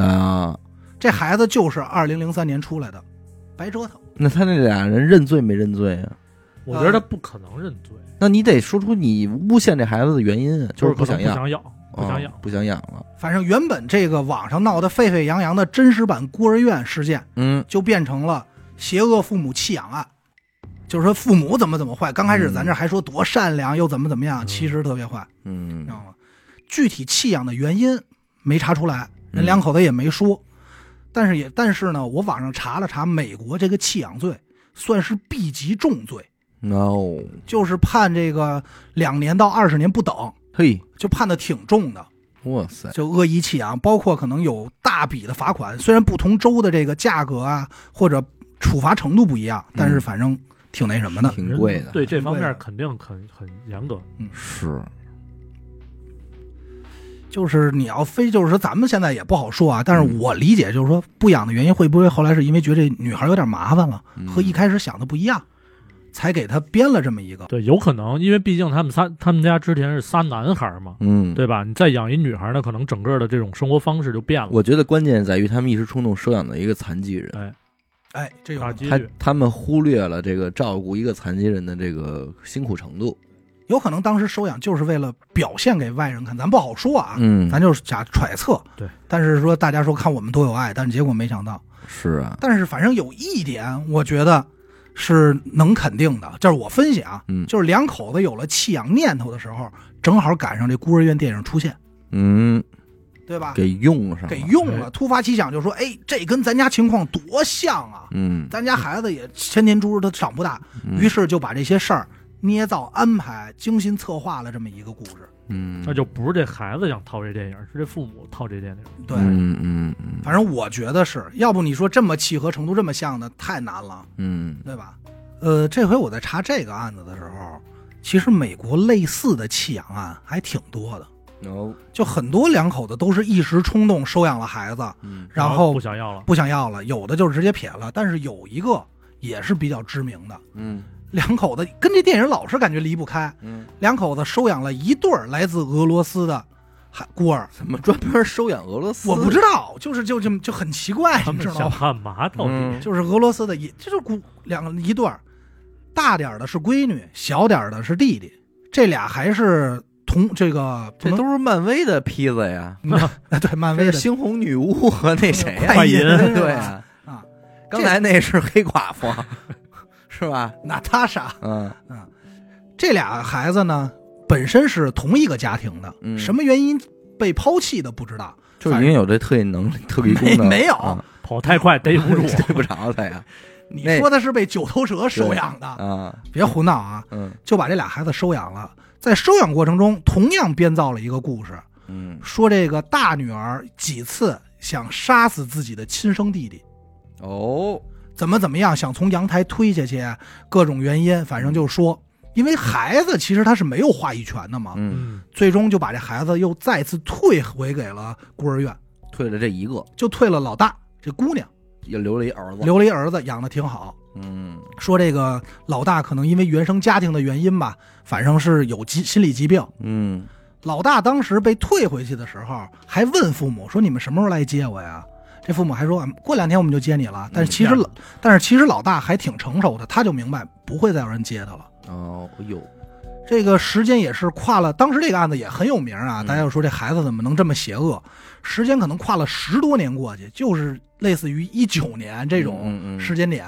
[SPEAKER 1] 啊，
[SPEAKER 2] 这孩子就是二零零三年出来的，白折腾。
[SPEAKER 1] 那他那俩人认罪没认罪啊？
[SPEAKER 3] 我觉得他不可能认罪，
[SPEAKER 1] 那你得说出你诬陷这孩子的原因啊，就是
[SPEAKER 3] 不
[SPEAKER 1] 想
[SPEAKER 3] 不
[SPEAKER 1] 养，
[SPEAKER 3] 想养，不想养
[SPEAKER 1] 啊，不想养了。
[SPEAKER 2] 反正原本这个网上闹得沸沸扬扬的真实版孤儿院事件，
[SPEAKER 1] 嗯，
[SPEAKER 2] 就变成了邪恶父母弃养案，就是说父母怎么怎么坏。刚开始咱这还说多善良，又怎么怎么样，
[SPEAKER 3] 嗯
[SPEAKER 2] 其实特别坏。
[SPEAKER 1] 嗯
[SPEAKER 2] 你知道吗？具体弃养的原因没查出来，人
[SPEAKER 1] 嗯
[SPEAKER 2] 两口子也没说。但是也但是呢，我网上查了查，美国这个弃养罪算是 B 级重罪，
[SPEAKER 1] ，no，
[SPEAKER 2] 就是判这个两年到二十年不等，
[SPEAKER 1] 嘿，
[SPEAKER 2] 就判的挺重的，
[SPEAKER 1] 哇塞，
[SPEAKER 2] 就恶意弃养，包括可能有大笔的罚款。虽然不同州的这个价格啊或者处罚程度不一样，但
[SPEAKER 1] 嗯
[SPEAKER 2] 是反正挺那什么的。
[SPEAKER 1] 挺贵的，
[SPEAKER 3] 对这
[SPEAKER 2] 挺
[SPEAKER 3] 方
[SPEAKER 2] 贵
[SPEAKER 3] 面
[SPEAKER 2] 的
[SPEAKER 3] 肯定很很严格。
[SPEAKER 1] 是，
[SPEAKER 2] 就是你要非就是说咱们现在也不好说啊，但是
[SPEAKER 1] 嗯
[SPEAKER 2] 我理解就是说不养的原因会不会后来是因为觉得这女孩有点麻烦了，
[SPEAKER 1] 嗯
[SPEAKER 2] 和一开始想的不一样，才给她编了这么一个。
[SPEAKER 3] 对，有可能，因为毕竟他们仨，他们家之前是仨男孩嘛，
[SPEAKER 1] 嗯，
[SPEAKER 3] 对吧？你再养一女孩呢，可能整个的这种生活方式就变了。
[SPEAKER 1] 我觉得关键在于他们一时冲动收养的一个残疾人，
[SPEAKER 2] 哎，这有
[SPEAKER 3] 大几
[SPEAKER 1] 他
[SPEAKER 3] 率，
[SPEAKER 1] 他们忽略了这个照顾一个残疾人的这个辛苦程度。
[SPEAKER 2] 有可能当时收养就是为了表现给外人看，咱不好说啊，
[SPEAKER 1] 嗯，
[SPEAKER 2] 咱就是假揣测。
[SPEAKER 3] 对，
[SPEAKER 2] 但是说大家说看我们多有爱，但是结果没想到。
[SPEAKER 1] 是啊，
[SPEAKER 2] 但是反正有一点，我觉得是能肯定的，就是我分析啊，
[SPEAKER 1] 嗯
[SPEAKER 2] 就是两口子有了弃养念头的时候，正好赶上这孤儿院电影出现，
[SPEAKER 1] 嗯，
[SPEAKER 2] 对吧？
[SPEAKER 1] 给用上了，
[SPEAKER 2] 给用了，突发奇想就说：“哎，这跟咱家情况多像啊！
[SPEAKER 1] 嗯，
[SPEAKER 2] 咱家孩子也千年猪，他长不大。”
[SPEAKER 1] 嗯
[SPEAKER 2] 于是就把这些事儿捏造、安排、精心策划了这么一个故事。
[SPEAKER 1] 嗯，
[SPEAKER 3] 那就不是这孩子想套这电影，是这父母套这电影。
[SPEAKER 2] 对，
[SPEAKER 1] 嗯嗯嗯
[SPEAKER 2] 反正我觉得是要不你说这么契合程度这么像的太难了，
[SPEAKER 1] 嗯，
[SPEAKER 2] 对吧？呃，这回我在查这个案子的时候，其实美国类似的弃养案还挺多的，
[SPEAKER 1] 然后
[SPEAKER 2] 就很多两口子都是一时冲动收养了孩子，
[SPEAKER 1] 嗯
[SPEAKER 2] 然后
[SPEAKER 3] 哦不想要了，
[SPEAKER 2] 不想要了，有的就直接撇了。但是有一个也是比较知名的，
[SPEAKER 1] 嗯
[SPEAKER 2] 两口子跟这电影老是感觉离不开。
[SPEAKER 1] 嗯，
[SPEAKER 2] 两口子收养了一对儿来自俄罗斯的孩孤 儿，
[SPEAKER 1] 怎么专门收养俄罗斯？
[SPEAKER 2] 我不知道，就是就就就很奇怪，
[SPEAKER 3] 他
[SPEAKER 2] 你
[SPEAKER 3] 们
[SPEAKER 2] 知道
[SPEAKER 3] 想
[SPEAKER 2] 吗？
[SPEAKER 3] 干嘛到
[SPEAKER 1] 嗯
[SPEAKER 3] 底？
[SPEAKER 2] 就是俄罗斯的一，这就是孤两个一对儿，大点儿的是闺女，小点儿的是弟弟，这俩还是同这个不
[SPEAKER 1] 这
[SPEAKER 2] 能
[SPEAKER 1] 都是漫威的坯子呀，
[SPEAKER 2] 对漫威
[SPEAKER 1] 这
[SPEAKER 2] 的
[SPEAKER 1] 是猩红女巫和那谁呀？
[SPEAKER 2] 快银
[SPEAKER 3] 快
[SPEAKER 2] 是吧
[SPEAKER 1] 嗯对啊，
[SPEAKER 2] 啊，
[SPEAKER 1] 刚才那是黑寡妇，是吧？
[SPEAKER 2] 娜塔莎，
[SPEAKER 1] 嗯
[SPEAKER 2] 这俩孩子呢本身是同一个家庭的，
[SPEAKER 1] 嗯
[SPEAKER 2] 什么原因被抛弃的不知道，
[SPEAKER 1] 就已经有这特异能力、特异功能，
[SPEAKER 2] 没没有
[SPEAKER 1] 啊，
[SPEAKER 3] 跑太快逮不住
[SPEAKER 1] 逮不着他呀。
[SPEAKER 2] 你
[SPEAKER 1] 那
[SPEAKER 2] 说的是被九头蛇收养的，
[SPEAKER 1] 啊，
[SPEAKER 2] 别胡闹啊！
[SPEAKER 1] 嗯
[SPEAKER 2] 就把这俩孩子收养了。在收养过程中，同样编造了一个故事，
[SPEAKER 1] 嗯，
[SPEAKER 2] 说这个大女儿几次想杀死自己的亲生弟弟，
[SPEAKER 1] 哦，
[SPEAKER 2] 怎么怎么样，想从阳台推下去，啊各种原因，反正就说，因为孩子其实他是没有话语权的嘛，
[SPEAKER 1] 嗯，
[SPEAKER 3] 嗯，
[SPEAKER 2] 最终就把这孩子又再次退回给了孤儿院，
[SPEAKER 1] 退了这一个，
[SPEAKER 2] 就退了老大这姑娘，
[SPEAKER 1] 也留了一儿子。
[SPEAKER 2] 留了一儿子，养的挺好。
[SPEAKER 1] 嗯
[SPEAKER 2] 说这个老大可能因为原生家庭的原因吧，反正是有疾心理疾病，
[SPEAKER 1] 嗯
[SPEAKER 2] 老大当时被退回去的时候，还问父母说：“你们什么时候来接我呀？”这父母还说：“啊过两天我们就接你了。”
[SPEAKER 1] 嗯
[SPEAKER 2] 但是其实老，但是其实老大还挺成熟的，他就明白不会再有人接他了。
[SPEAKER 1] 哦哟，
[SPEAKER 2] 这个时间也是跨了，当时这个案子也很有名啊，
[SPEAKER 1] 嗯
[SPEAKER 2] 大家就说这孩子怎么能这么邪恶？时间可能跨了十多年过去，就是类似于一九年这种
[SPEAKER 1] 嗯嗯嗯
[SPEAKER 2] 时间点，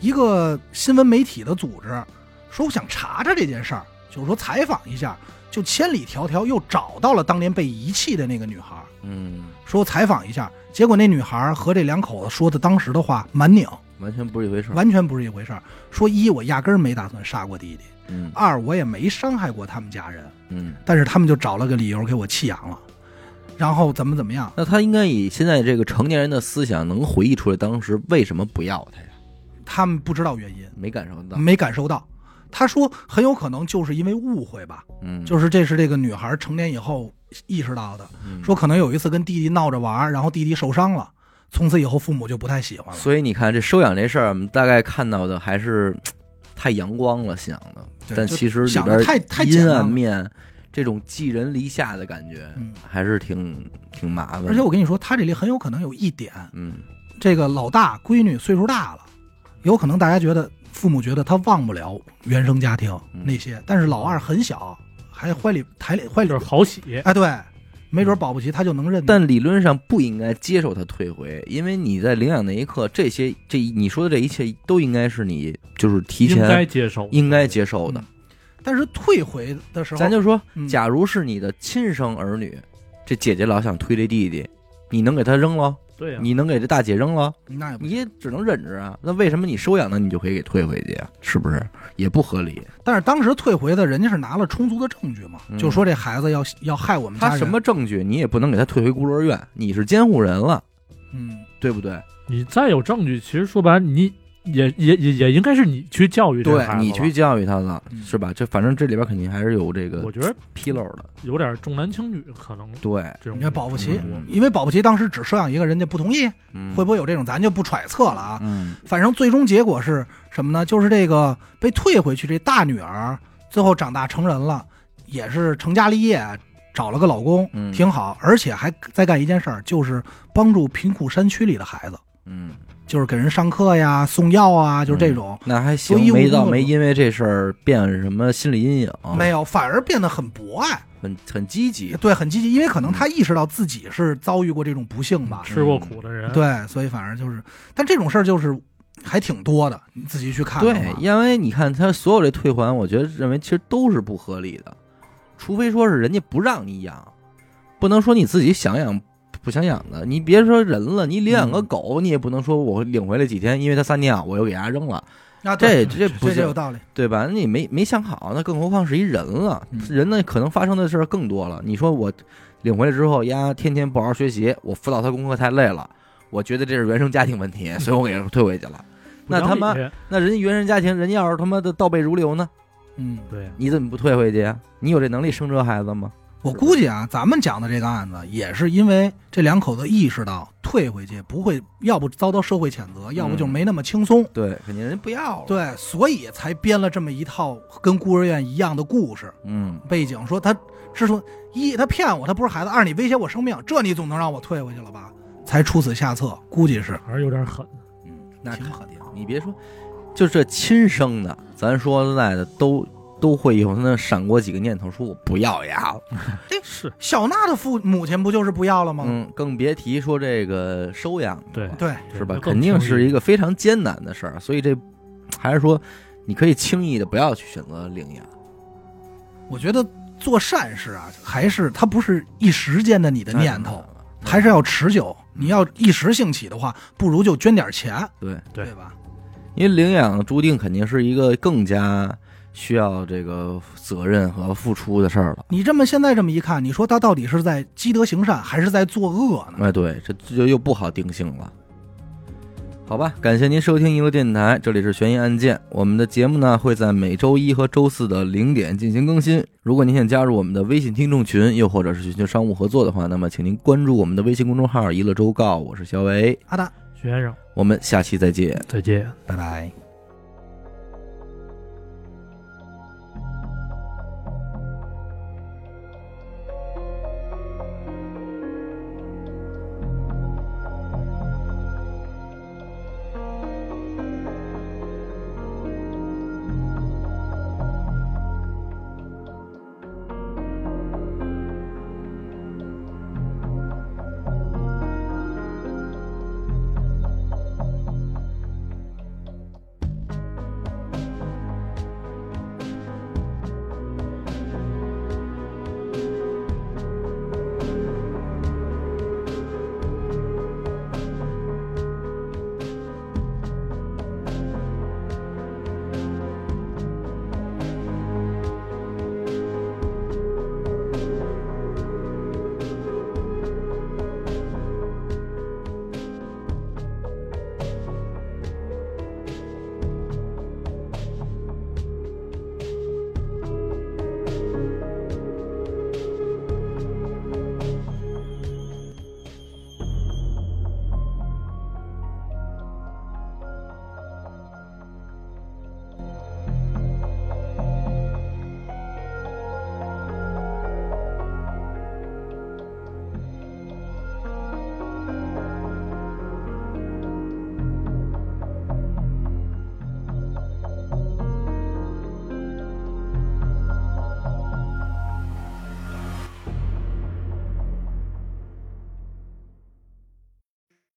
[SPEAKER 2] 一个新闻媒体的组织说，我想查查这件事儿，就是说采访一下，就千里迢迢又找到了当年被遗弃的那个女孩，
[SPEAKER 1] 嗯，
[SPEAKER 2] 说采访一下。结果那女孩和这两口子说的当时的话蛮拧，
[SPEAKER 1] 完全不是一回事儿。
[SPEAKER 2] 完全不是一回事儿。说一，我压根儿没打算杀过弟弟；
[SPEAKER 1] 嗯
[SPEAKER 2] 二，我也没伤害过他们家人，
[SPEAKER 1] 嗯，
[SPEAKER 2] 但是他们就找了个理由给我弃养了，然后怎么怎么样。
[SPEAKER 1] 那他应该以现在这个成年人的思想，能回忆出来当时为什么不要他呀？
[SPEAKER 2] 他们不知道原因，
[SPEAKER 1] 没感受到，
[SPEAKER 2] 没感受到。他说很有可能就是因为误会吧，
[SPEAKER 1] 嗯，
[SPEAKER 2] 就是这是这个女孩成年以后意识到的，
[SPEAKER 1] 嗯
[SPEAKER 2] 说可能有一次跟弟弟闹着玩儿，然后弟弟受伤了，从此以后父母就不太喜欢了。
[SPEAKER 1] 所以你看，这收养这事儿，我们大概看到的还是嘖太阳光了，想的，
[SPEAKER 2] 对
[SPEAKER 1] 但
[SPEAKER 2] 就
[SPEAKER 1] 其实里
[SPEAKER 2] 想
[SPEAKER 1] 边
[SPEAKER 2] 的太太简
[SPEAKER 1] 阴
[SPEAKER 2] 单
[SPEAKER 1] 暗
[SPEAKER 2] 了。
[SPEAKER 1] 面，这种寄人篱下的感觉，
[SPEAKER 2] 嗯
[SPEAKER 1] 还是挺挺麻烦的。
[SPEAKER 2] 而且我跟你说，他这里很有可能有一点，
[SPEAKER 1] 嗯
[SPEAKER 2] 这个老大闺女岁数大了，有可能大家觉得父母觉得她忘不了原生家庭
[SPEAKER 1] 嗯
[SPEAKER 2] 那些，但是老二很小，还怀里抬里怀里
[SPEAKER 3] 嗯就是好喜，
[SPEAKER 2] 哎，对，没准保不齐他就能认得。
[SPEAKER 1] 但理论上不应该接受他退回，因为你在领养那一刻，这些这你说的这一切都应该是你就是提
[SPEAKER 3] 应该
[SPEAKER 1] 前
[SPEAKER 3] 接受，
[SPEAKER 1] 应该接受的
[SPEAKER 2] 嗯。但是退回的时候，
[SPEAKER 1] 咱就说，
[SPEAKER 2] 嗯
[SPEAKER 1] 假如是你的亲生儿女，这姐姐老想推这弟弟，你能给他扔了？
[SPEAKER 3] 对呀、
[SPEAKER 1] 你能给这大姐扔了？
[SPEAKER 2] 啊那也不
[SPEAKER 1] 你也只能忍着啊。那为什么你收养了你就可以给退回去啊？是不是也不合理？
[SPEAKER 2] 但是当时退回的人家是拿了充足的证据嘛，
[SPEAKER 1] 嗯
[SPEAKER 2] 就说这孩子要要害我们嗯家
[SPEAKER 1] 他
[SPEAKER 2] 人。
[SPEAKER 1] 什么？证据你也不能给他退回孤儿院，你是监护人了，
[SPEAKER 2] 嗯，
[SPEAKER 1] 对不对？
[SPEAKER 3] 你再有证据，其实说白了，你也也也也应该是你去教育这个孩
[SPEAKER 1] 对
[SPEAKER 3] 子
[SPEAKER 1] 你
[SPEAKER 3] 了
[SPEAKER 1] 去教育他了，
[SPEAKER 2] 嗯
[SPEAKER 1] 是吧？这反正这里边肯定还是有这个
[SPEAKER 3] 我觉得
[SPEAKER 1] 纰漏的，
[SPEAKER 3] 有点重男轻女，可能
[SPEAKER 1] 对，
[SPEAKER 3] 这种
[SPEAKER 2] 你看保不齐
[SPEAKER 1] 嗯
[SPEAKER 2] 因为保不齐当时只收养一个，人家不同意，
[SPEAKER 1] 嗯
[SPEAKER 2] 会不会有这种，咱就不揣测了啊。
[SPEAKER 1] 嗯
[SPEAKER 2] 反正最终结果是什么呢？就是这个被退回去这大女儿，最后长大成人了，也是成家立业，找了个老公，
[SPEAKER 1] 嗯
[SPEAKER 2] 挺好，而且还在干一件事儿，就是帮助贫苦山区里的孩子，
[SPEAKER 1] 嗯，
[SPEAKER 2] 就是给人上课呀、送药啊，就是这种。
[SPEAKER 1] 那还
[SPEAKER 2] 都义
[SPEAKER 1] 行，
[SPEAKER 2] 务
[SPEAKER 1] 没
[SPEAKER 2] 工作
[SPEAKER 1] 到
[SPEAKER 2] 嘛
[SPEAKER 1] 没因为这事儿变什么心理阴影，
[SPEAKER 2] 没有，反而变得很博爱，
[SPEAKER 1] 很很积极，
[SPEAKER 2] 对，很积极，因为可能他意识到自己是遭遇过这种不幸吧，
[SPEAKER 3] 吃
[SPEAKER 1] 嗯
[SPEAKER 3] 过苦的人，
[SPEAKER 2] 对，所以反而就是，但这种事儿就是还挺多的，你自己去看的
[SPEAKER 1] 对
[SPEAKER 2] 话。，
[SPEAKER 1] 因为你看他所有这退还，我觉得认为其实都是不合理的，除非说是人家不让你养，不能说你自己想养不想养的。你别说人了，你领养个
[SPEAKER 2] 嗯
[SPEAKER 1] 狗，你也不能说我领回来几天，因为它撒尿，我又给它扔 了，
[SPEAKER 2] 那
[SPEAKER 1] 这
[SPEAKER 2] 啊对
[SPEAKER 1] 这
[SPEAKER 2] 这
[SPEAKER 1] 不
[SPEAKER 2] 就有
[SPEAKER 1] 行，
[SPEAKER 2] 道理。
[SPEAKER 1] 对吧？那你没没想好，那更何况是一人了
[SPEAKER 2] 嗯，
[SPEAKER 1] 人呢可能发生的事儿更多了。你说我领回来之后，丫天天不好好学习，我辅导他功课太累了，我觉得这是原生家庭问题，所以我给它退回去了。
[SPEAKER 3] 不
[SPEAKER 1] 那
[SPEAKER 3] 讲
[SPEAKER 1] 他
[SPEAKER 3] 理
[SPEAKER 1] 妈那人家原生家庭，人家要是他妈的倒背如流呢，
[SPEAKER 2] 嗯，
[SPEAKER 3] 对
[SPEAKER 1] 你怎么不退回去呀？你有这能力生这孩子吗？
[SPEAKER 2] 我估计啊，咱们讲的这个案子也是因为这两口子意识到退回去不会，要不遭到社会谴责，要不
[SPEAKER 1] 嗯
[SPEAKER 2] 就没那么轻松。
[SPEAKER 1] 对，肯定人家不要了。，
[SPEAKER 2] 对，所以才编了这么一套跟孤儿院一样的故事
[SPEAKER 1] 嗯，
[SPEAKER 2] 背景，说他之所一他骗我，他不是孩子；二你威胁我生命，这你总能让我退回去了吧？才出此下策，估计是
[SPEAKER 3] 还是有点狠，
[SPEAKER 1] 嗯，那
[SPEAKER 2] 挺狠
[SPEAKER 1] 肯定。你别说，就这亲生的，咱说实在的，都都会有那闪过几个念头，说我不要呀。
[SPEAKER 3] 是
[SPEAKER 2] 小娜的父母亲不就是不要了吗？
[SPEAKER 1] 嗯，更别提说这个收养了，
[SPEAKER 3] 对
[SPEAKER 2] 对，
[SPEAKER 1] 是吧？
[SPEAKER 3] 对
[SPEAKER 1] 肯定是一
[SPEAKER 3] 个
[SPEAKER 1] 个非常艰难的事儿，所以这还是说，你可以轻易的不要去选择领养。
[SPEAKER 2] 我觉得做善事啊，还是它不是一时间的你的念头，，
[SPEAKER 1] 嗯
[SPEAKER 2] 还是要持久。你要一时兴起的话，不如就捐点钱，
[SPEAKER 1] 对。
[SPEAKER 3] 对
[SPEAKER 2] 对吧？
[SPEAKER 1] 因为领养注定肯定是一个更加需要这个责任和付出的事儿了。
[SPEAKER 2] 你这么现在这么一看，你说他到底是在积德行善，还是在作恶呢？
[SPEAKER 1] 哎，对，这这就又不好定性了。好吧，感谢您收听一路电台，这里是悬疑案件。我们的节目呢会在每周一和周四的零点进行更新。如果您想加入我们的微信听众群，又或者是寻求商务合作的话，那么请您关注我们的微信公众号“一乐周告”。我是小伟，
[SPEAKER 2] 阿达，
[SPEAKER 3] 学生，
[SPEAKER 1] 我们下期再见。
[SPEAKER 3] 再见。
[SPEAKER 2] 拜拜。